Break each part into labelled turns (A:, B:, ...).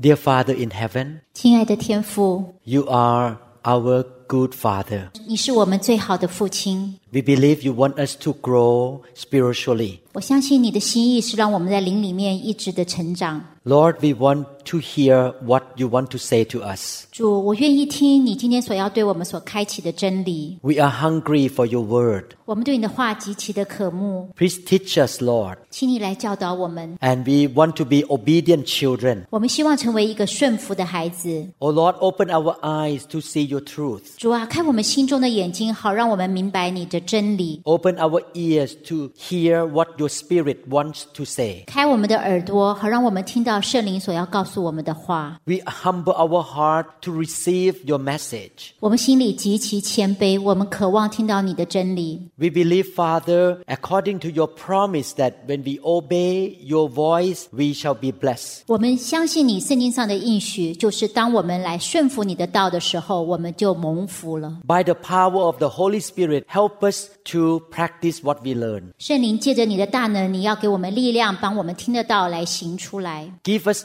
A: Dear Father in heaven,
B: 亲爱的天父，
A: you are our good Father.
B: 你是我们最好的父亲。
A: We believe you want us to grow spiritually.
B: 我相信你的心意是让我们在灵里面一直的成长。
A: Lord, we want to hear what you want to say to us.
B: 主，我愿意听你今天所要对我们所开启的真理。
A: We are hungry for your word.
B: 我们对你的话极其的渴慕，
A: Please teach us, Lord.
B: 请你来教导我们。
A: And we want to be obedient children.
B: 我们希望成为一个顺服的孩子。
A: Oh Lord, open our eyes to see your truth.
B: 主啊，开我们心中的眼睛，好让我们明白你的真理；
A: Open our ears to hear what your spirit wants to say.
B: 开我们的耳朵，好让我们听到圣灵所要告诉我们的话。
A: We humble our heart to receive your message.
B: 我们心里极其谦卑，我们渴望听到你的真理。
A: We believe, Father, according to your promise that when we obey your voice, we shall be blessed.
B: 我们相信你圣经上的应许，就是当我们来顺服你的道的时候，我们就蒙福了。
A: By the power of the Holy Spirit, help us to practice what we learn.
B: 圣灵借着你的大能，你要给我们力量，帮我们听得到来行出来，
A: Give us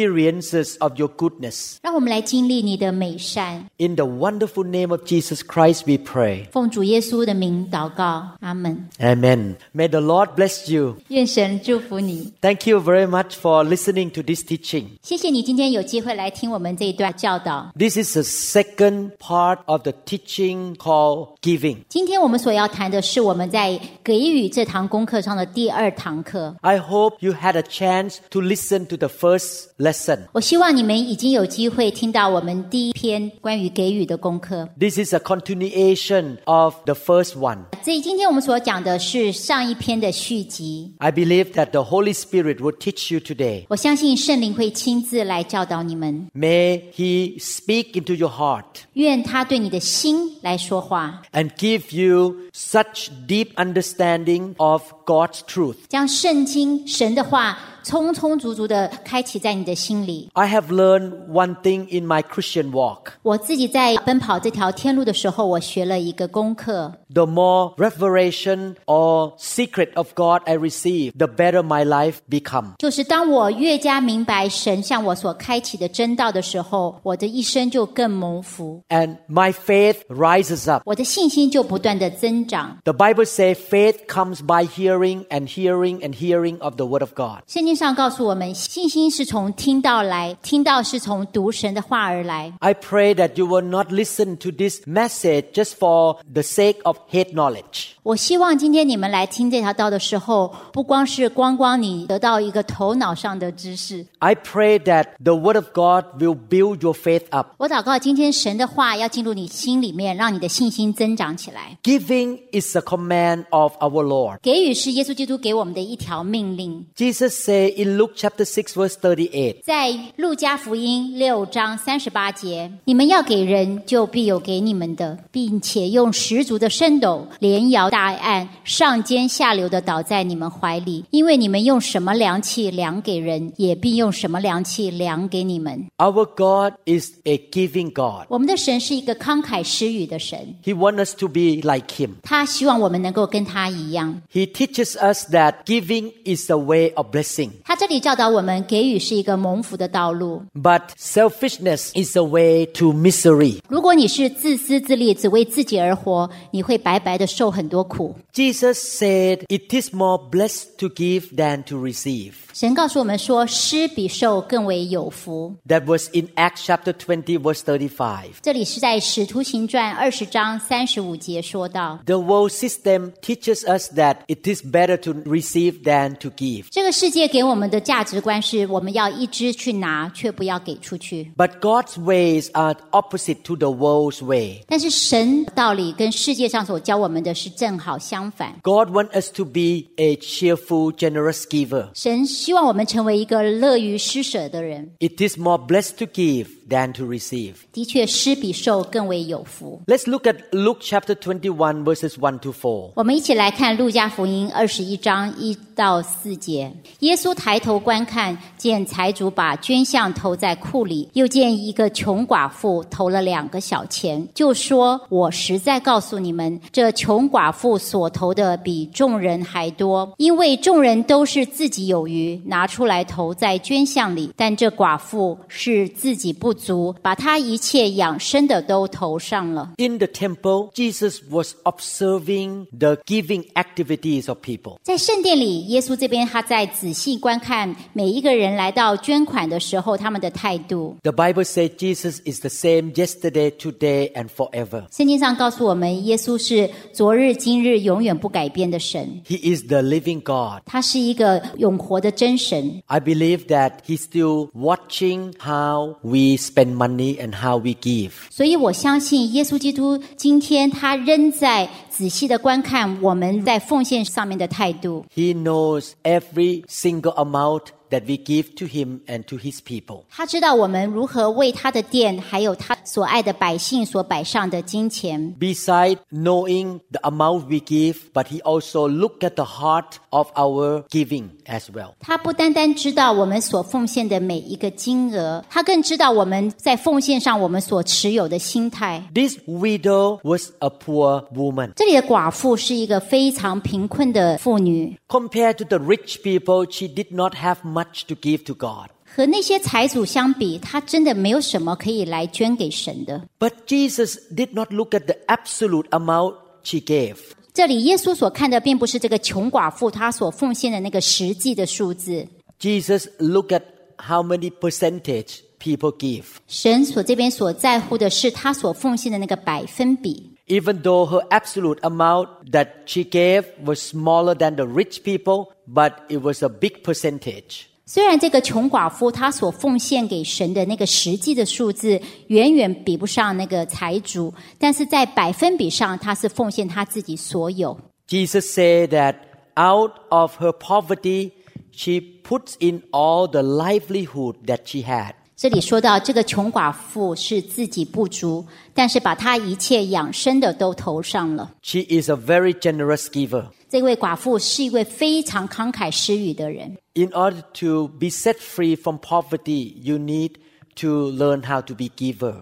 A: experiences of your goodness.
B: 让我们来经历你的美善。
A: In the wonderful name of Jesus Christ, we pray.
B: 奉主耶稣的名祷告，阿门。
A: Amen. May the Lord bless you.
B: 愿神祝福你。
A: Thank you very much for listening to this teaching.
B: 谢谢你今天有机会来听我们这一段教导。
A: This is the second part of the teaching called giving.
B: 今天我们所要谈的是我们在给予这堂功课上的第二堂课。
A: I hope you had a chance to listen to the first lesson.
B: 我希望你们已经有机会听到我们第一篇关于给予的功课。
A: This is a continuation of the first one.
B: 所以今天我们所讲的是上一篇的续集。
A: I believe that the Holy Spirit will teach you today.
B: 我相信圣灵会亲自来教导你们，
A: May He speak into your heart
B: 愿他对你的心来说话，
A: and give you such deep understanding of God's truth.
B: 将圣经神的话充充足足的开启在你的心里。
A: I have learned one thing in my Christian walk.
B: 我自己在奔跑这条天路的时候，我学了一个功课，
A: The more revelation or secret of God I receive, the better my life become.
B: 就是当我越加明白神向我所开启的真道的时候，我的一生就更蒙福，
A: And my faith rises up.
B: 我的信心就不断的增长。
A: The Bible says faith comes by hearing and hearing and hearing of the word of God.
B: 圣经上告诉我们，信心是从听到来，听到是从读神的话而来。
A: I pray that you will not listen to this message just for the sake of head knowledge.
B: 我希望今天你们来听这条道的时候，不光是光光你得到一个头脑上的知识。
A: I pray that the word of God will build your faith up.
B: 我祷告，今天神的话要进入你心里面，让你的信心增长起来。
A: Giving is a command of our Lord.
B: 给予是耶稣基督给我们的一条命令。
A: Jesus said in Luke chapter 6 verse 38,
B: 在路加福音六章三十八节，你们要给人，就必有给你们的，并且用十足的升斗，连摇大按，上尖下流的倒在你们怀里，因为你们用什么量器量给人，也必用什么量器量给你们。
A: our God is a giving God.
B: 我们的神是一个慷慨施予的神，
A: He wants us to be like him.
B: 他希望我们能够跟他一样。
A: He teaches us that giving is a way of blessing,
B: 他这里教导我们，给予是一个蒙福的道路。
A: but selfishness is a way to misery.
B: 如果你是自私自利，只为自己而活，你会白白的受很多苦。
A: Jesus said, "It is more blessed to give than to receive."
B: 神告诉我们说，施比受更为有福。
A: That was in Acts chapter 20 verse 35.
B: 这里是在《使徒行传》二十章三十五节说到，
A: The world system teaches us that it is better to receive than to give.
B: 这个世界给我们的价值观是，我们要一直去拿，却不要给出去。
A: But God's ways are opposite to the world's way.
B: 但是神的道理跟世界上所教我们的是正好相反。
A: God wants us to be a cheerful, generous giver.
B: 神希望我们成为一个乐于施舍的人。
A: It is more blessed to give than to receive.
B: 的确，施比受更为有福。
A: Let's look at Luke chapter 21 verses 1 to 4.
B: 我们一起来看《路加福音》二十一章一到四节。耶稣抬头观看，见财主把捐项投在库里，又见一个穷寡妇投了两个小钱，就说：“我实在告诉你们，这穷寡妇所投的比众人还多，因为众人都是自己有余，拿出来投在捐项里，但这寡妇是自己不足，把她一切养生的都投上了。”
A: In the temple, Jesus was observing the giving activities of people.
B: 在圣殿里，耶稣这边他在仔细观看每一个人来到捐款的时候他们的态度。
A: The Bible says Jesus is the same yesterday, today, and forever.
B: 圣经上告诉我们，耶稣是昨日、今日、永远不改变的神，
A: He is the living God.
B: 他是一个永活的真神。
A: I believe that He's still watching how we spend money and how we give.
B: 所以我相信，耶稣基督今天他仍在仔细的观看我们在奉献上面的态度。
A: He knows every single amount that we give to Him and to His people.
B: 他知道我们如何为他的殿，还有他所爱的百姓所摆上的金钱。
A: Besides knowing the amount we give, but He also look at the heart of our giving as well.
B: 他不单单知道我们所奉献的每一个金额，他更知道我们在奉献上我们所持有的心态。
A: This widow was a poor woman.
B: 这里的寡妇是一个非常贫困的妇女，
A: Compared to the rich people, she did not have much to give to God.
B: 和那些财主相比，她真的没有什么可以来捐给神的。
A: But Jesus did not look at the absolute amount she gave.
B: 这里耶稣所看的并不是这个穷寡妇她所奉献的那个实际的数字，
A: Jesus looked at how many percentage people give.
B: 神所这边所在乎的是她所奉献的那个百分比。
A: Even though her absolute amount that she gave was smaller than the rich people, but it was a big percentage.
B: 虽然这个穷寡妇她所奉献给神的那个实际的数字远远比不上那个财主，但是在百分比上，她是奉献她自己所有。
A: Jesus said that out of her poverty, she puts in all the livelihood that she had.
B: 这里说到这个穷寡妇是自己不足，但是把她一切养生的都投上了。
A: She is a very generous giver.
B: 这位寡妇是一位非常慷慨施予的人。
A: In order to be set free from poverty, you need to learn how to be giver.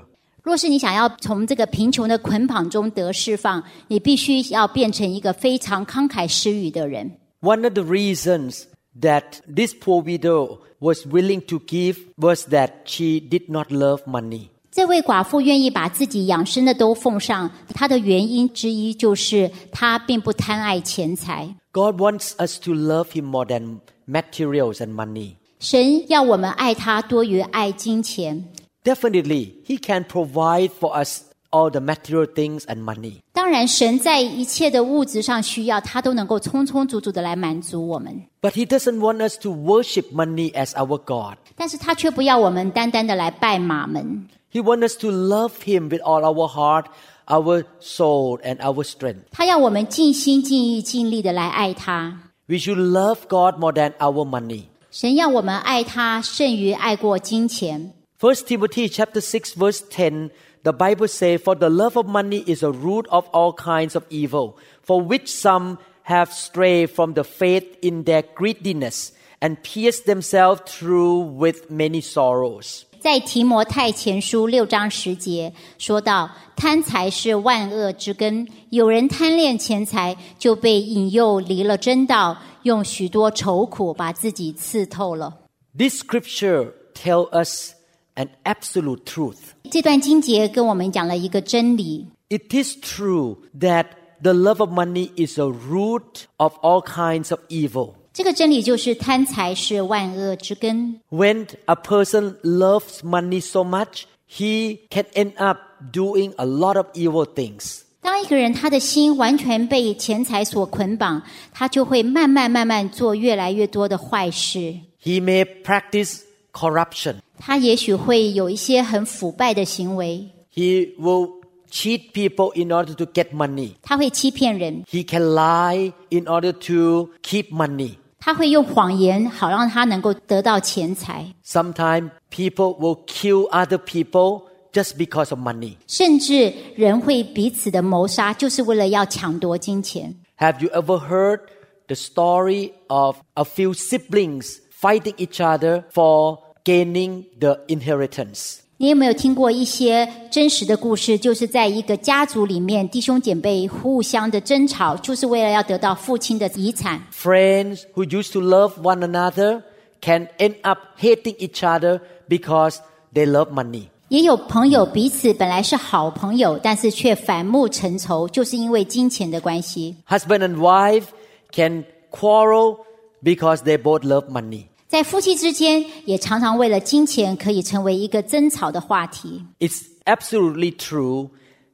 B: 若是你想要从这个贫穷的捆绑中得释放，你必须要变成一个非常慷慨施予的人。
A: One of the reasons that this poor widow was willing to give was that she did not love money.
B: 这位寡妇愿意把自己养生的都奉上，她的原因之一就是她并不贪爱钱财。
A: God wants us to love Him more than materials and money.
B: 神要我们爱他多于爱金钱，
A: Definitely, He can provide for us all the material things and money.
B: 当然，神在一切的物质上需要，他都能够充充足足的来满足我们。
A: But He doesn't want us to worship money as our God.
B: 但是他却不要我们单单的来拜马门，
A: He wants us to love Him with all our heart, our soul, and our strength.
B: 他要我们尽心尽意尽力的来爱他。
A: We should love God more than our money.
B: 神要我们爱他胜于爱过金钱。
A: First Timothy chapter 6 verse 10 the Bible says for the love of money is a root of all kinds of evil for which some have strayed from the faith in their greediness and pierced themselves through with many sorrows.
B: 在提摩太前书六章十节说到，贪财是万恶之根，有人贪恋钱财，就被引诱离了真道，用许多愁苦把自己刺透了。
A: This scripture tells us an absolute truth.
B: 这段经节跟我们讲了一个真理，
A: It is true that the love of money is a root of all kinds of evil.
B: 这个真理就是贪财是万恶之根。
A: When a person loves money so much, he can end up doing a lot of evil things.
B: 当一个人他的心完全被钱财所捆绑，他就会慢慢慢慢做越来越多的坏事。
A: He may practice corruption.
B: 他也许会有一些很腐败的行为，
A: He will cheat people in order to get money.
B: 他会欺骗人，
A: He can lie in order to keep money.
B: 他会用谎言好让他能够得到钱财，
A: Sometimes people will kill other people just because of money.
B: 甚至人会彼此的谋杀，就是为了要抢夺金钱。
A: Have you ever heard the story of a few siblings fighting each other for gaining the inheritance.
B: 你有没有听过一些真实的故事？就是在一个家族里面，弟兄姐妹互相的争吵，就是为了要得到父亲的遗产。
A: Friends who used to love one another can end up hating each other because they love money.
B: 也有朋友彼此本来是好朋友，但是却反目成仇，就是因为金钱的关系。
A: Husband and wife can quarrel because they both love money.
B: 在夫妻之间，也常常为了金钱可以成为一个争吵的话题。
A: It's absolutely true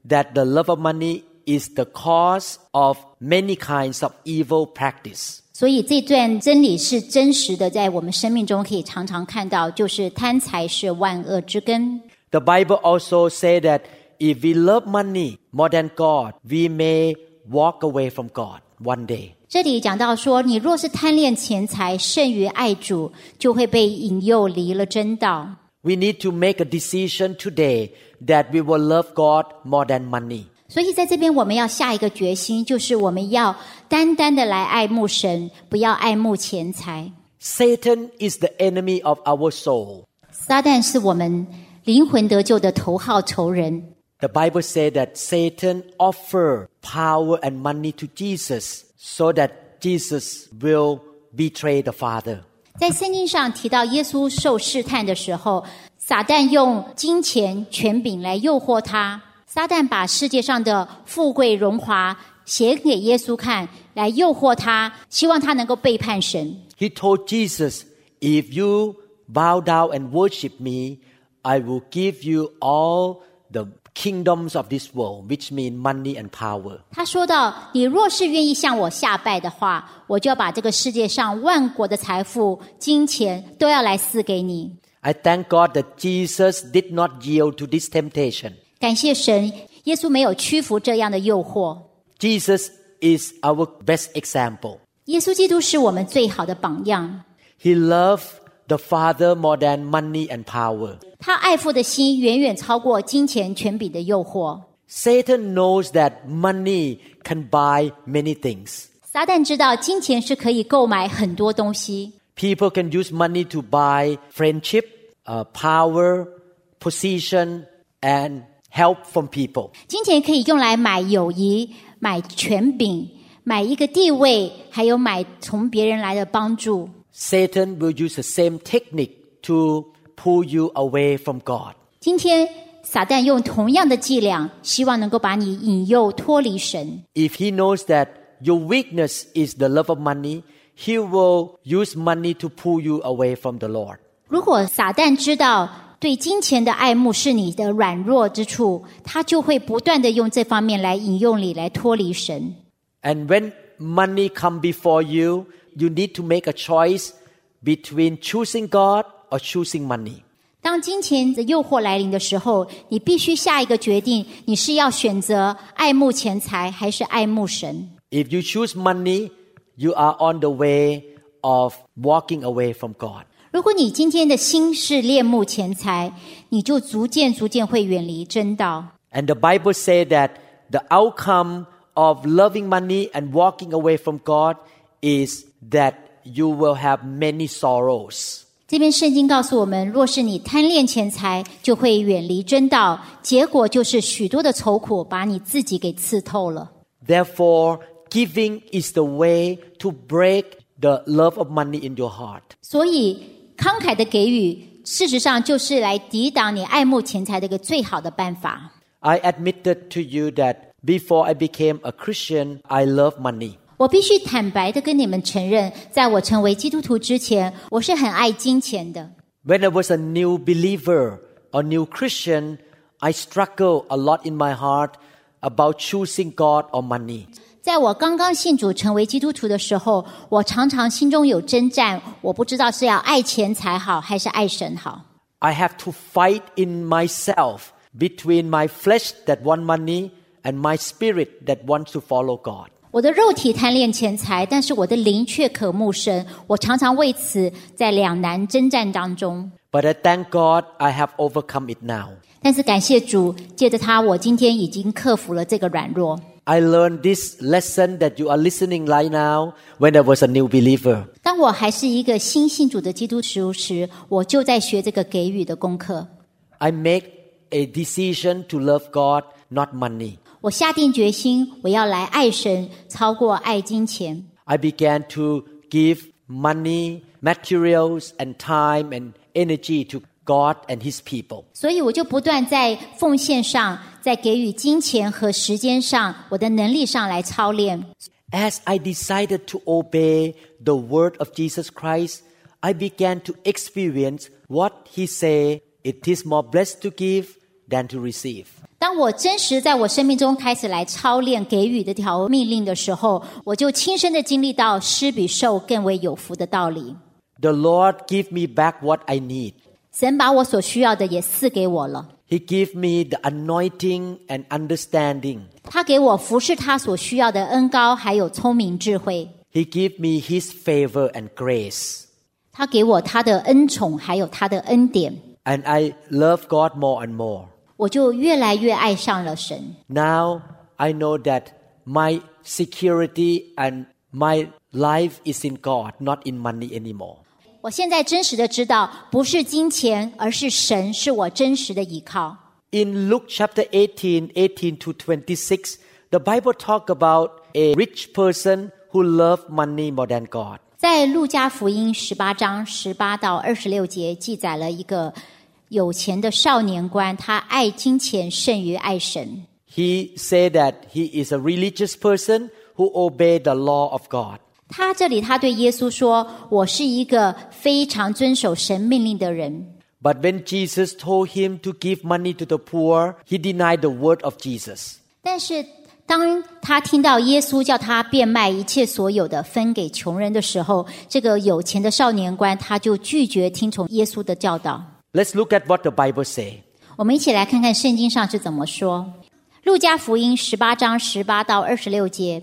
A: that the love of money is the cause of many kinds of evil practice.
B: 所以这段真理是真实的，在我们生命中可以常常看到，就是贪财是万恶之根。
A: The Bible also says that if we love money more than God, we may walk away from God one day.
B: 这里讲到说，你若是贪恋钱财胜于爱主，就会被引诱离了真道。
A: We need to make a decision today that we will love God more than money.
B: 所以在这边，我们要下一个决心，就是我们要单单的来爱慕神，不要爱慕钱财。
A: Satan is the enemy of our soul.
B: 撒旦是我们灵魂得救的头号仇人。
A: The Bible says that Satan offered power and money to Jesus so that Jesus will betray the Father.
B: 在圣经上提到耶稣受试探的时候，撒旦用金钱、权柄来诱惑他。撒旦把世界上的富贵荣华写给耶稣看，来诱惑他，希望他能够背叛神。
A: He told Jesus, If you bow down and worship me, I will give you all the kingdoms of this world, which mean money and power.
B: 他说到：“你若是愿意向我下拜的话，我就要把这个世界上万国的财富、金钱都要来赐给你。
A: I thank God that Jesus did not yield to this temptation. ”
B: 感谢神，耶稣没有屈服这样的诱惑。
A: Jesus is our best example.
B: 耶稣基督是我们最好的榜样。
A: He loved the Father more than money and power.
B: 他爱父的心远远超过金钱权柄的诱惑。
A: Satan knows that money can buy many things.
B: 撒旦知道金钱是可以购买很多东西，
A: People can use money to buy friendship, uh, power, position, and help from people.
B: 金钱可以用来买友谊、买权柄、买一个地位，还有买从别人来的帮助。
A: Satan will use the same technique to pull you away from God.
B: 今天，撒旦用同样的伎俩，希望能够把你引诱脱离神。
A: If he knows that your weakness is the love of money, he will use money to pull you away from the Lord.
B: 如果撒旦知道对金钱的爱慕是你的软弱之处，他就会不断的用这方面来引诱你来脱离神。
A: And when money come before you, you need to make a choice between choosing God or choosing money.
B: 当金钱的诱惑来临的时候，你必须下一个决定：你是要选择爱慕钱财，还是爱慕神？
A: If you choose money, you are on the way of walking away from God.
B: 如果你今天的心是恋慕钱财，你就逐渐逐渐会远离真道。
A: And the Bible says that the outcome of loving money and walking away from God is that you will have many sorrows.
B: 这边圣经告诉我们，若是你贪恋钱财，就会远离真道，结果就是许多的愁苦把你自己给刺透了。
A: Therefore, giving is the way to break the love of money in your heart.
B: 所以，慷慨的给予，事实上就是来抵挡你爱慕钱财的一个最好的办法。
A: I admitted to you that before I became a Christian, I love money.
B: 我必须坦白的跟你们承认，在我成为基督徒之前，我是很爱金钱的。
A: When I was a new believer or new Christian, I struggled a lot in my heart about choosing God or money.
B: 在我刚刚信主成为基督徒的时候，我常常心中有征战，我不知道是要爱钱财好，还是爱神好。
A: I have to fight in myself between my flesh that want money and my spirit that wants to follow God.
B: 我的肉体贪恋钱财，但是我的灵却渴慕神。我常常为此在两难征战当中。
A: But I thank God I have overcome it now.
B: 但是感谢主，借着他，我今天已经克服了这个软弱。
A: I learned this lesson that you are listening right now when I was a new believer.
B: 当我还是一个新信主的基督徒时，我就在学这个给予的功课。
A: I make a decision to love God, not money.
B: 我下定决心，我要来爱神，超过爱金钱。
A: I began to give money, materials, and time and energy to God and His people.
B: 所以我就不断在奉献上，在给予金钱和时间上，我的能力上来操练。
A: As I decided to obey the word of Jesus Christ, I began to experience what He said it is more blessed to give than to receive.
B: 当我真实在我生命中开始来操练给予这条命令的时候，我就亲身的经历到施比受更为有福的道理。
A: The Lord give me back what I need.
B: 神把我所需要的也赐给我了，
A: He give me the anointing and understanding.
B: 他给我服侍他所需要的恩高，还有聪明智慧。
A: He give me His favor and grace.
B: 他给我他的恩宠，还有他的恩典，
A: And I love God more and more.
B: 我就越来越爱上了神。
A: Now I know that my security and my life is in God, not in money anymore.
B: 我现在真实的知道，不是金钱，而是神是我真实的依靠。
A: In Luke chapter 18, 18 to 26, the Bible talk about a rich person who loved money more than God.
B: 在路加福音十八章十八到二十六节记载了一个有钱的少年官，他爱金钱胜于爱神。
A: He said that he is a religious person who obey the law of God.
B: 他这里他对耶稣说：“我是一个非常遵守神命令的人。
A: But when Jesus told him to give money to the poor, he denied the word of Jesus. ”
B: 但是当他听到耶稣叫他变卖一切所有的分给穷人的时候，这个有钱的少年官他就拒绝听从耶稣的教导。
A: Let's look at what the Bible say.
B: 我们一起来看看圣经上是怎么说。路加福音十八章十八到二十六节，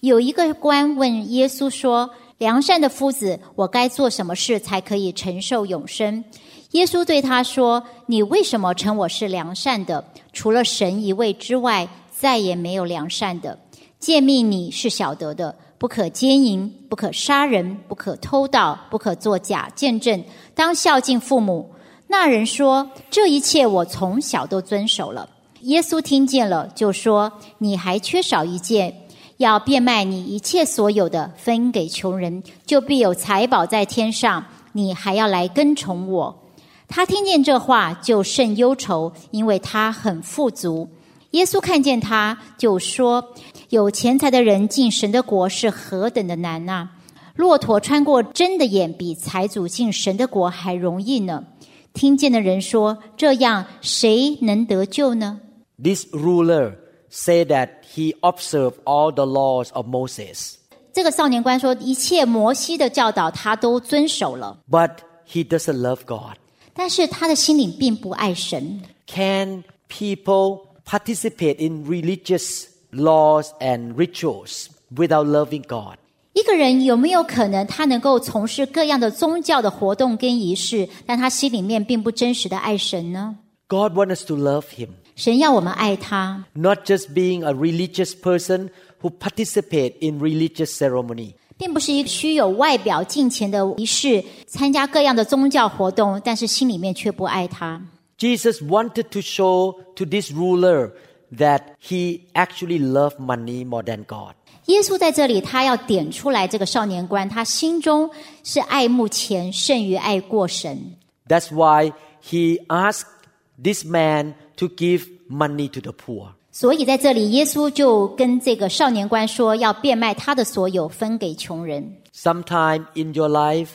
B: 有一个官问耶稣说：“良善的夫子，我该做什么事才可以承受永生？”耶稣对他说：“你为什么称我是良善的？除了神一位之外，再也没有良善的。诫命你是晓得的：不可奸淫，不可杀人，不可偷盗，不可作假见证，当孝敬父母。”那人说：“这一切我从小都遵守了。”耶稣听见了，就说：“你还缺少一件，要变卖你一切所有的，分给穷人，就必有财宝在天上。你还要来跟从我。”他听见这话，就甚忧愁，因为他很富足。耶稣看见他，就说：“有钱财的人进神的国是何等的难呐、骆驼穿过针的眼，比财主进神的国还容易呢。”听见的人说：“这样谁能得救呢
A: This ruler said that he observed all the laws of Moses,？”
B: 这个少年官说：“一切摩西的教导他都遵守了，
A: but he doesn't love God.
B: 但是他的心里并不爱神。
A: Can people participate in religious laws and rituals without loving God?
B: 一个人有没有可能他能够从事各样的宗教的活动跟仪式，但他心里面并不真实的爱神呢？
A: God wants us to love him,
B: 神要我们爱他，
A: not just being a religious person who participate in religious ceremony.
B: 并不是一个虚有外表敬虔的仪式，参加各样的宗教活动，但是心里面却不爱他。”
A: Jesus wanted to show to this ruler that he actually loved money more than God.
B: 耶稣在这里，他要点出来这个少年官，他心中是爱慕钱胜于爱过神，
A: That's why he asked this man to give money to the poor.
B: 所以在这里，耶稣就跟这个少年官说，要变卖他的所有，分给穷人。
A: Sometime in your life,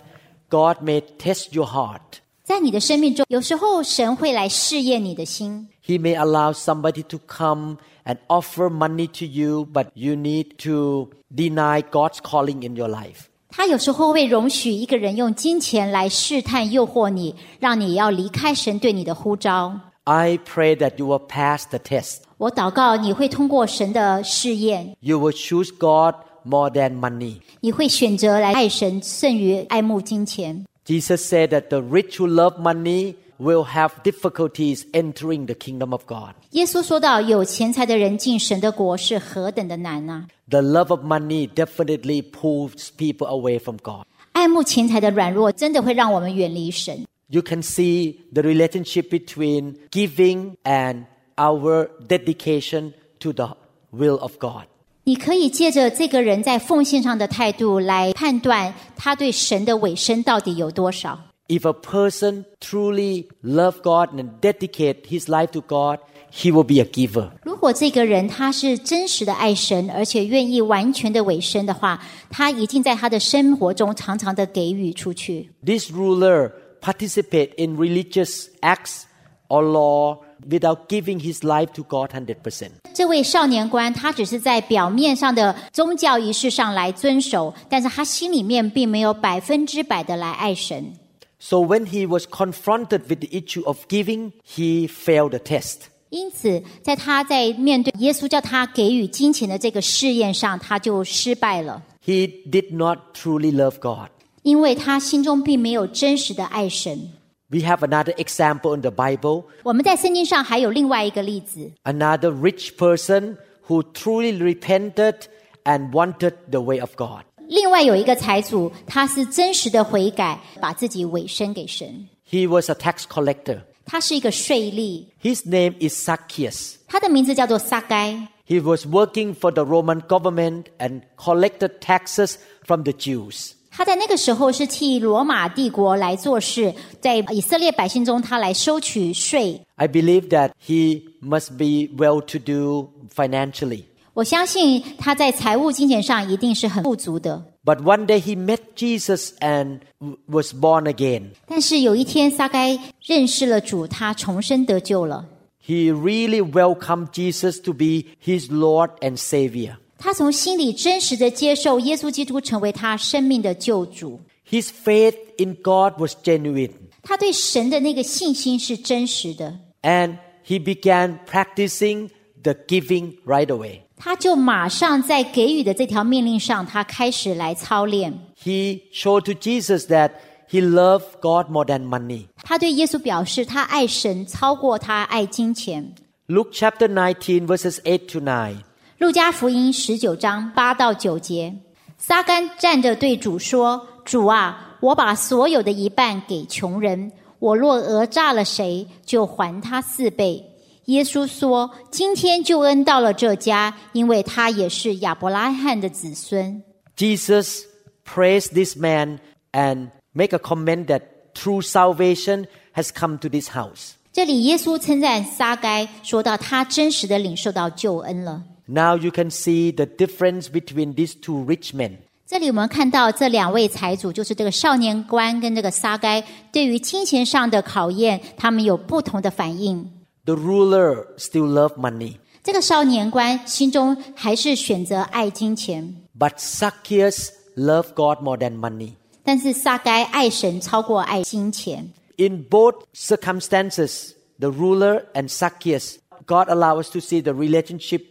A: God may test your heart.
B: 在你的生命中，有时候神会来试验你的心，
A: He may allow somebody to come and offer money to you, but you need to deny God's calling in your life.
B: 他有时候会容许一个人用金钱来试探、诱惑你，让你要离开神对你的呼召。
A: I pray that you will pass the test.
B: 我祷告，你会通过神的试验，
A: You will choose God more than money.
B: 你会选择来爱神胜于爱慕金钱。
A: Jesus said that the rich who love money will have difficulties entering the kingdom of God.
B: 耶稣说到，有钱财的人进神的国是何等的难啊呐、
A: The love of money definitely pulls people away from God.
B: 爱慕钱财的软弱，真的会让我们远离神。
A: You can see the relationship between giving and our dedication to the will of God.
B: 你可以借着这个人在奉献上的态度来判断他对神的委身到底有多少。
A: If a person truly love God and dedicate his life to God, he will be a giver.
B: 如果这个人他是真实的爱神，而且愿意完全的委身的话，他一定在他的生活中常常的给予出去。
A: This ruler participate in religious acts or law without giving his life to God 100%.
B: 这位少年官他只是在表面上的宗教仪式上来遵守，但是他心里面并没有百分之百的来爱神。
A: So when he was confronted with the issue of giving, he failed the test.
B: 因此，在他在面对耶稣叫他给予金钱的这个试验上，他就失败了，
A: He did not truly love God.
B: 因为他心中并没有真实的爱神。
A: We have another example in the Bible
B: 我们在圣经上还有另外一个例子，
A: another rich person who truly repented and wanted the way of God.
B: 另外有一个财主，他是真实的悔改，把自己委身给神。
A: He was a tax collector.
B: 他是一个税吏，
A: His name is Zacchaeus.
B: 他的名字叫做撒该，
A: He was working for the Roman government and collected taxes from the Jews.
B: 他在那个时候是替罗马帝国来做事，在以色列百姓中，他来收取税。
A: I believe that he must be well to do financially.
B: 我相信他在财务金钱上一定是很富足的。
A: But one day he met Jesus and w- was born again.
B: 但是有一天，撒该认识了主，他重生得救了。
A: He really welcomed Jesus to be his Lord and Savior.
B: 他从心里真实的接受耶稣基督成为他生命的救主，
A: His faith in God was genuine
B: 他对神的那个信心是真实的，
A: and he began practicing the giving right away.
B: 他就马上在给予的这条命令上，他开始来操练。
A: He showed to Jesus that he loved God more than money.
B: 他对耶稣表示，他爱神超过他爱金钱。
A: Luke chapter 19, verses 8 to 9.
B: 路加福音十九章八到九节，撒干站着对主说：“主啊，我把所有的一半给穷人，我若讹诈了谁，就还他四倍。”耶稣说：“今天救恩到了这家，因为他也是亚伯拉罕的子孙。
A: Jesus praised this man and make a comment that true salvation has come to this house. ”
B: 这里耶稣称赞撒该，说到他真实的领受到救恩了。
A: Now you can see the difference between these two rich men.
B: 这里我们看到这两位财主，就是这个少年官跟这个撒该，对于金钱上的考验，他们有不同的反应。
A: The ruler still loved money,
B: 这个少年官心中还是选择爱金钱，
A: but Zacchaeus loved God more than money.
B: 但是撒该爱神超过爱金钱。
A: In both circumstances, the ruler and Zacchaeus, God allows us to see the relationship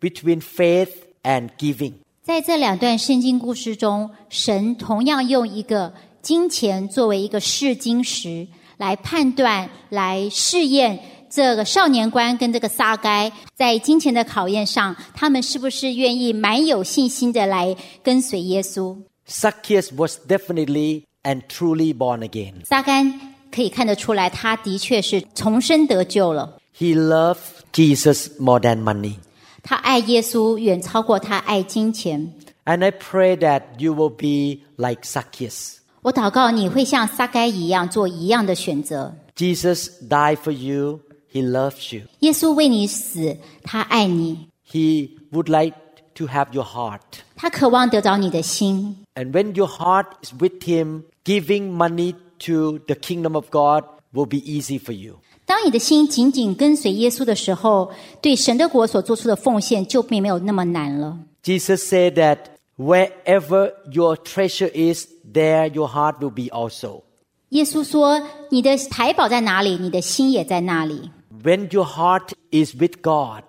A: between faith and giving.
B: 在这两段圣经故事中，神同样用一个金钱作为一个试金石来判断、来试验这个少年官跟这个撒该在金钱的考验上，他们是不是愿意满有信心的来跟随耶稣。
A: Zacchaeus was definitely and truly born again.
B: 撒该可以看得出来，他的确是重生得救了。
A: He loved Jesus more than money.
B: 他爱耶稣远超过他爱金钱。
A: And I pray that you will be like Zacchaeus.
B: 我祷告你会像撒该一样做一样的选择。
A: Jesus died for you. He loves you.
B: 耶稣为你死，他爱你，
A: He would like to have your heart.
B: 他渴望得着你的心。
A: And when your heart is with Him, giving money to the kingdom of God will be easy for you.
B: 当你的心紧紧跟随耶稣的时候，对神的国所做出的奉献就并没有那么难了。
A: Jesus said that wherever your treasure is, there your heart will be also.
B: 耶稣说：“你的财宝在哪里，你的心也在那里。
A: When your heart is with God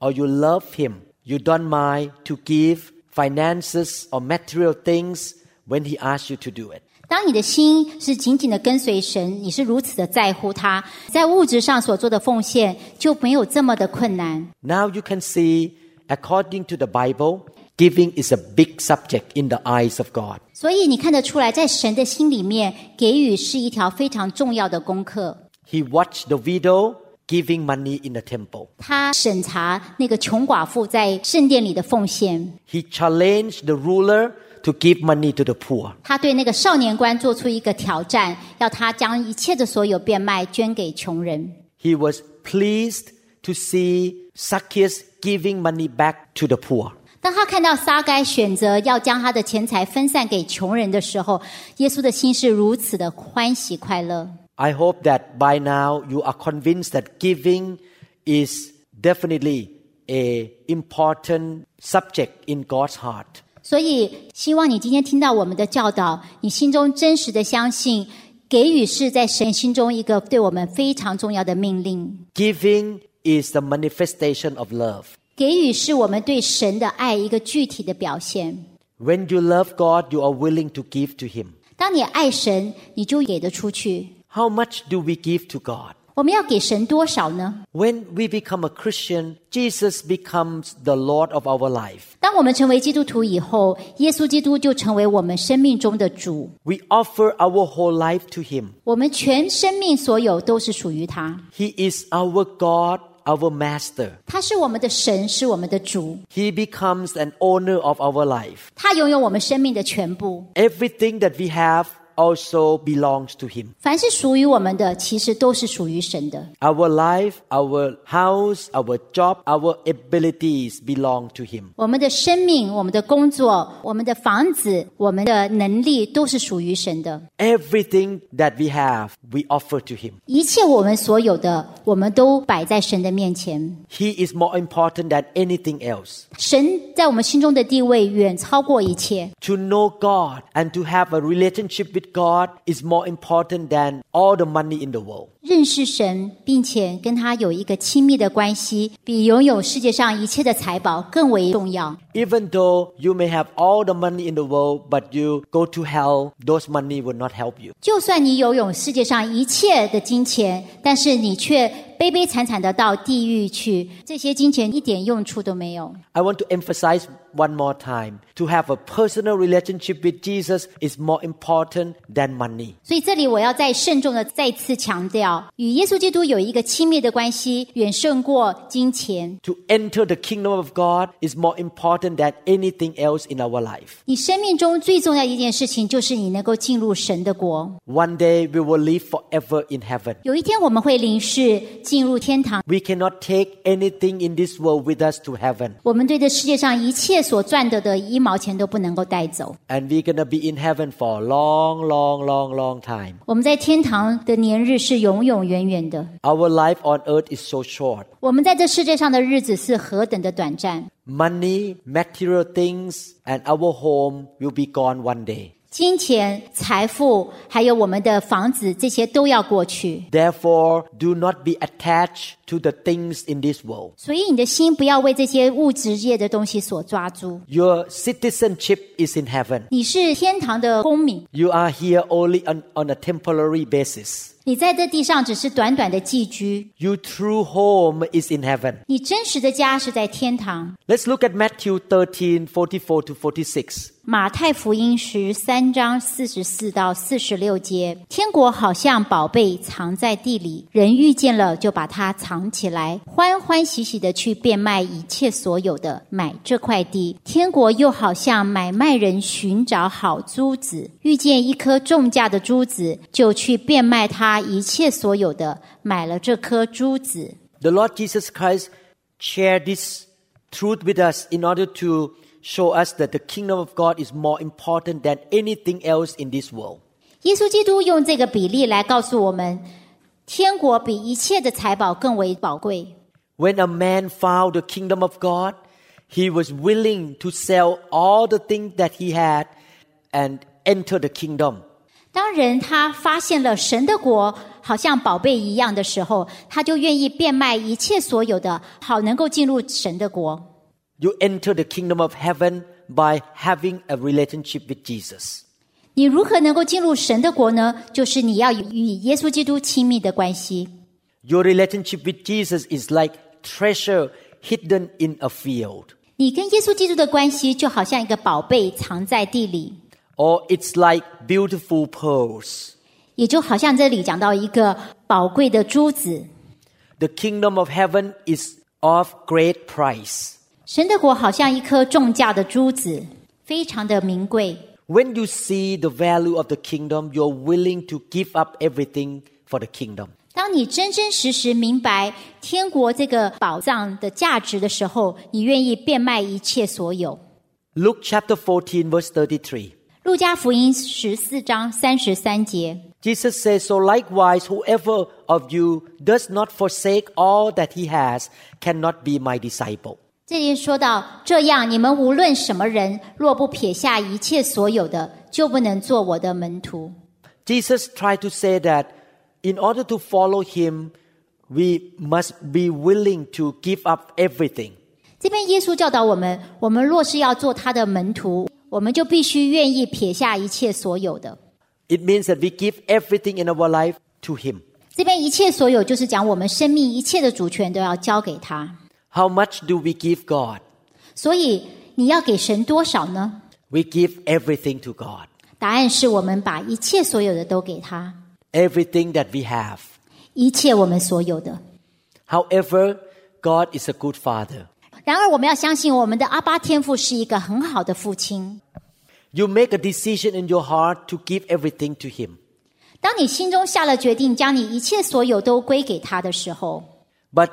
A: or you love Him, you don't mind to give finances or material things when He asks you to do it. ”
B: 当你的心是紧紧的跟随神，你是如此的在乎他，在物质上所做的奉献就没有这么的困难。
A: Now you can see, according to the Bible, giving is a big subject in the eyes of God.
B: 所以你看得出来，在神的心里面，给予是一条非常重要的功课。
A: He watched the widow giving money in the temple.
B: 他审查那个穷寡妇在圣殿里的奉献，
A: He challenged the ruler to give money to the poor.
B: 他对那个少年官做出一个挑战，要他将一切的所有变卖捐给穷人。
A: He was pleased to see Zacchaeus giving money back to the poor.
B: 当他看到撒该选择要将他的钱财分散给穷人的时候，耶稣的心是如此的欢喜快乐。
A: I hope that by now you are convinced that giving is definitely a important subject in God's heart.
B: 所以，希望你今天听到我们的教导，你心中真实的相信，给予是在神心中一个对我们非常重要的命令。
A: Giving is the manifestation of love.
B: 给予是我们对神的爱一个具体的表现。
A: When you love God, you are willing to give to Him.
B: 当你爱神，你就给得出去。
A: How much do we give to God?
B: 我们要给神多少呢？
A: When we become a Christian, Jesus becomes the Lord of our life.
B: 当我们成为基督徒以后，耶稣基督就成为我们生命中的主。
A: We offer our whole life to Him.
B: 我们全生命所有都是属于他，
A: He is our God, our Master.
B: 他是我们的神，是我们的主，
A: He becomes an owner of our life.
B: 他拥有我们生命的全部。
A: Everything that we have also belongs to Him.
B: 凡是属于我们的，其实都是属于神的。
A: Our life, our house, our job, our abilities belong to Him.
B: 我们的生命、我们的工作、我们的房子、我们的能力，都是属于神的。
A: Everything that we have, we offer to Him.
B: 一切我们所有的，我们都摆在神的面前。
A: He is more important than anything else.
B: 神在我们心中的地位远超过一切。
A: To know God and to have a relationship with God is more important than all the money in the world.
B: 认识神，并且跟他有一个亲密的关系，比拥有世界上一切的财宝更为重要。
A: Even though you may have all the money in the world, but you go to hell, those money will not help you.
B: 就算你拥有世界上一切的金钱，但是你却悲悲惨惨的到地狱去，这些金钱一点用处都没有。
A: I want to emphasize one more time to have a personal relationship with Jesus is more important than money.
B: 所以这里我要再慎重的再次强调，与耶稣基督有一个亲密的关系，远胜过金钱。
A: To enter the kingdom of God is more important than anything else in our life.
B: 你生命中最重要的一件事情，就是你能够进入神的国。
A: One day we will live forever in heaven.
B: 有一天我们会临世进入天堂，
A: We cannot take anything in this world with us to heaven.
B: 我们对这世界上一切所赚得的一毛钱都不能够带走。
A: And we're going to be in heaven for a long, long, long, long time.
B: 我们在天堂的年日是永永远远的。
A: Our life on earth is so short.
B: 我们在这世界上的日子是何等的短暂，
A: Money, material things, and our home will be gone one day.
B: 金钱、财富，还有我们的房子，这些都要过去。
A: Therefore, do not be attached to the things in this world.
B: 所以你的心不要为这些物质界的东西所抓住。
A: Your citizenship is in heaven.
B: 你是天堂的公民，
A: You are here only on, on a temporary basis.
B: 你在这地上只是短短的寄居，
A: Your true home is in heaven.
B: 你真实的家是在天堂。
A: Let's look at Matthew 13 44 to 46.
B: 马太福音十三章四十四到四十六节：天国好像宝贝藏在地里，人遇见了就把它藏起来，欢欢喜喜的去变卖一切所有的，买这块地。天国又好像买卖人寻找好珠子，遇见一颗重价的珠子，就去变卖他一切所有的，买了这颗珠子。
A: The Lord Jesus Christ shared this truth with us in order to show us that the kingdom of God is more important than anything else in this world.
B: 耶稣基督用这个比例来告诉我们，天国比一切的财宝更为宝贵。
A: When a man found the kingdom of God, he was willing to sell all the things that he had and enter the kingdom.
B: 当人他发现了神的国好像宝贝一样的时候，他就愿意变卖一切所有的，好能够进入神的国。
A: You enter the kingdom of heaven by having a relationship with Jesus.
B: 你如何能够进入神的国呢？就是你要与耶稣基督亲密的关系。
A: Your relationship with Jesus is like treasure hidden in a field,
B: 你跟耶稣基督的关系就好像一个宝贝藏在地里，
A: or it's like beautiful pearls.
B: 也就好像这里讲到一个宝贵的珠子。
A: The kingdom of heaven is of great price.
B: 神的国好像一颗重价的珠子，非常的名贵。
A: When you see the value of the kingdom, you're willing to give up everything for the kingdom.
B: 当你真真实实明白天国这个宝藏的价值的时候，你愿意变卖一切所有。
A: Luke chapter 14, verse 33.
B: 路加福音十四章三十三节，
A: Jesus says, So likewise, whoever of you does not forsake all that he has cannot be my disciple.
B: 这里说到：这样，你们无论什么人，若不撇下一切所有的，就不能做我的门徒。
A: Jesus tried to say that in order to follow him, we must be willing to give up everything.
B: 这边耶稣教导我们：我们若是要做他的门徒，我们就必须愿意撇下一切所有的。
A: It means that we give everything in our life to him.
B: 这边一切所有，就是讲我们生命一切的主权都要交给他。
A: How much do we give God?
B: 所以，你要给神多少呢？
A: We give everything to God,
B: 答案是我们把一切所有的都给他，
A: everything that we have.
B: 一切我们所有的。
A: However, God is a good father.
B: 然而，我们要相信我们的阿巴天父是一个很好的父亲。
A: You make a decision in your heart to give everything to him.
B: 当你心中下了决定，将你一切所有都归给他的时候，
A: But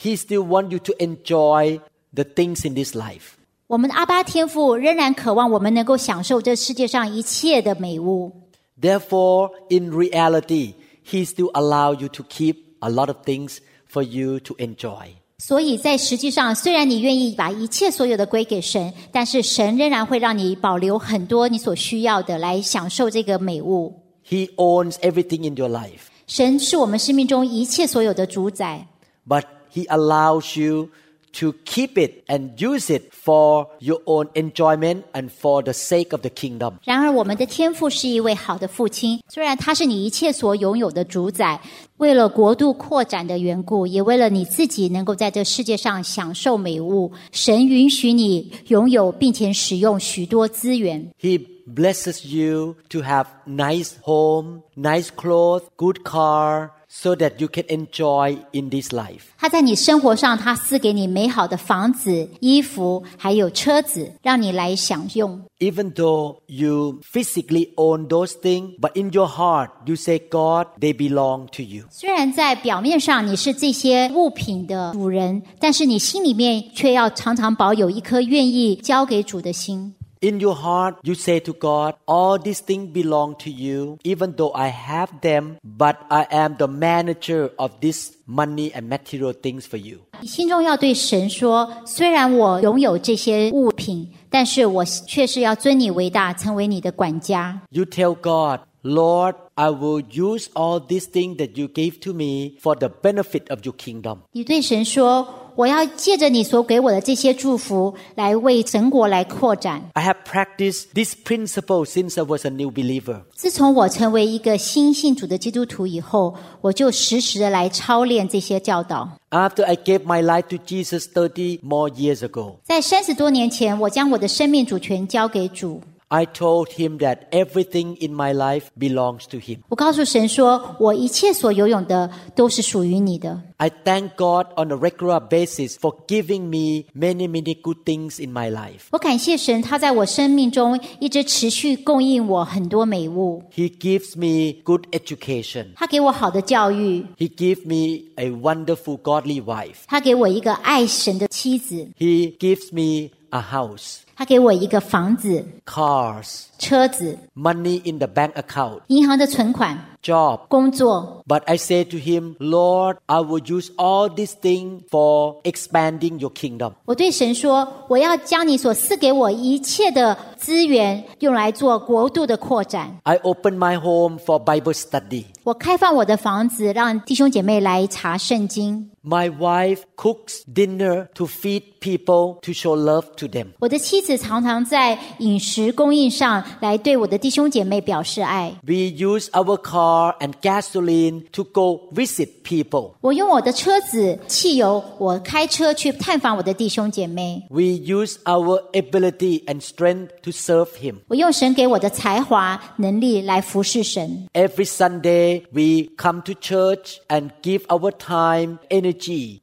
A: he still wants you to enjoy the things in this life.
B: 我们的阿巴天父仍然渴望我们能够享受这世界上一切的美物。
A: Therefore, in reality, he still allows you to keep a lot of things for you to enjoy.
B: 所以在实际上，虽然你愿意把一切所有的归给神，但是神仍然会让你保留很多你所需要的来享受这个美物。
A: He owns everything in your life,
B: 神是我们生命中一切所有的主宰，
A: but he allows you to keep it and use it for your own enjoyment and for the sake of the kingdom.
B: 然而，我们的天父是一位好的父亲，虽然他是你一切所拥有的主宰，为了国度扩展的缘故，也为了你自己能够在这世界上享受美物，神允许你拥有并且使用许多资源。
A: He blesses you to have nice home, nice clothes, good car so that you can enjoy in this life.
B: 他在你生活上，他赐给你美好的房子、衣服，还有车子，让你来享用。
A: Even though you physically own those things, but in your heart you say, God, they belong to you.
B: 虽然在表面上你是这些物品的主人，但是你心里面却要常常保有一颗愿意交给主的心。
A: In your heart you say to God, all these things belong to you, even though I have them, but I am the manager of this money and material things for you.
B: 你心中要对神说：虽然我拥有这些物品，但是我却是要尊你为大，成为你的管家。
A: You tell God, Lord, I will use all these things that you gave to me for the benefit of your kingdom.
B: 你对神说：我要借着你所给我的这些祝福，来为神国来扩展。
A: I have practiced this principle since I was a new believer.
B: 自从我成为一个新信主的基督徒以后，我就时时的来操练这些教导。
A: After I gave my life to Jesus 30 more years ago,
B: 在三十多年前，我将我的生命主权交给主。
A: I told him that everything in my life belongs to him.
B: 我告诉神说：我一切所拥有的都是属于你的。
A: I thank God on a regular basis for giving me many, many good things in my life.
B: 我感谢神，他在我生命中一直持续供应我很多美物。
A: He gives me good education.
B: 他给我好的教育，
A: He gives me a wonderful godly wife.
B: 他给我一个爱神的妻子，
A: He gives me a house,
B: 他给我一个房子、
A: cars,
B: 车子、
A: money in the bank account,
B: 银行的存款、
A: job.
B: 工作。
A: But I said to him, Lord, I will use all these things for expanding your kingdom.
B: 我对神说：“我要将你所赐给我一切的资源用来做国度的扩展。
A: I opened my home for Bible study.
B: 我开放我的房子，让弟兄姐妹来查圣经。
A: My wife cooks dinner to feed people to show love to them.
B: 我的妻子常常在饮食供应上来对我的弟兄姐妹表示爱。
A: We use our car and gasoline to go visit people.
B: 我用我的车子、汽油，我开车去探访我的弟兄姐妹。
A: We use our ability and strength to serve Him.
B: 我用神给我的才华、能力来服侍神。
A: Every Sunday, we come to church and give our time, energy,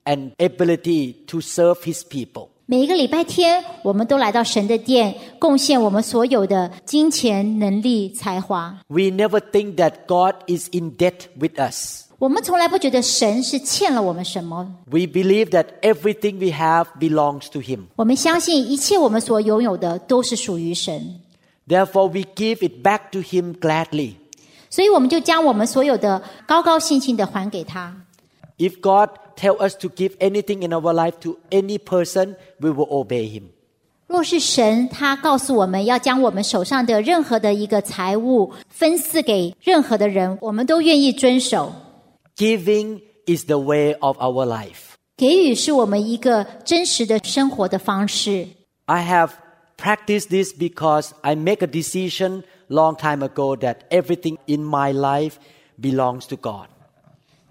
A: and ability to serve His people.
B: 每一个礼拜天，我们都来到神的殿，贡献我们所有的金钱、能力、才华。
A: We never think that God is in debt with us.
B: 我们从来不觉得神是欠了我们什么。
A: We believe that everything we have belongs to Him.
B: 我们相信一切我们所拥有的都是属于神，
A: Therefore, we give it back to Him gladly.
B: 所以我们就将我们所有的高高兴兴的还给他。
A: If God tells us to give anything in our life to any person, we will obey Him.
B: 若是神他告诉我们要将我们手上的任何的一个财物分赐给任何的人，我们都愿意遵守。
A: Giving is the way of our life.
B: 给予是我们一个真实的生活的方式。
A: I have practiced this because I make a decision long time ago that everything in my life belongs to God.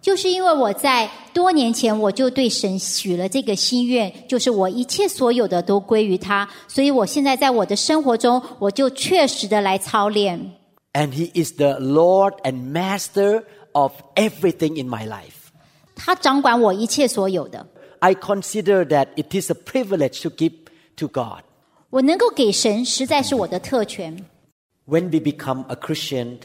B: 就是因为我在多年前我就对神许了这个心愿，就是我一切所有的都归于他，所以我现在在我的生活中，我就确实的来操练。
A: And He is the Lord and Master of everything in my life.
B: 他掌管我一切所有的，
A: I consider that it is a privilege to give to God.
B: 我能够给神，实在是我的特权。
A: When we become a Christian,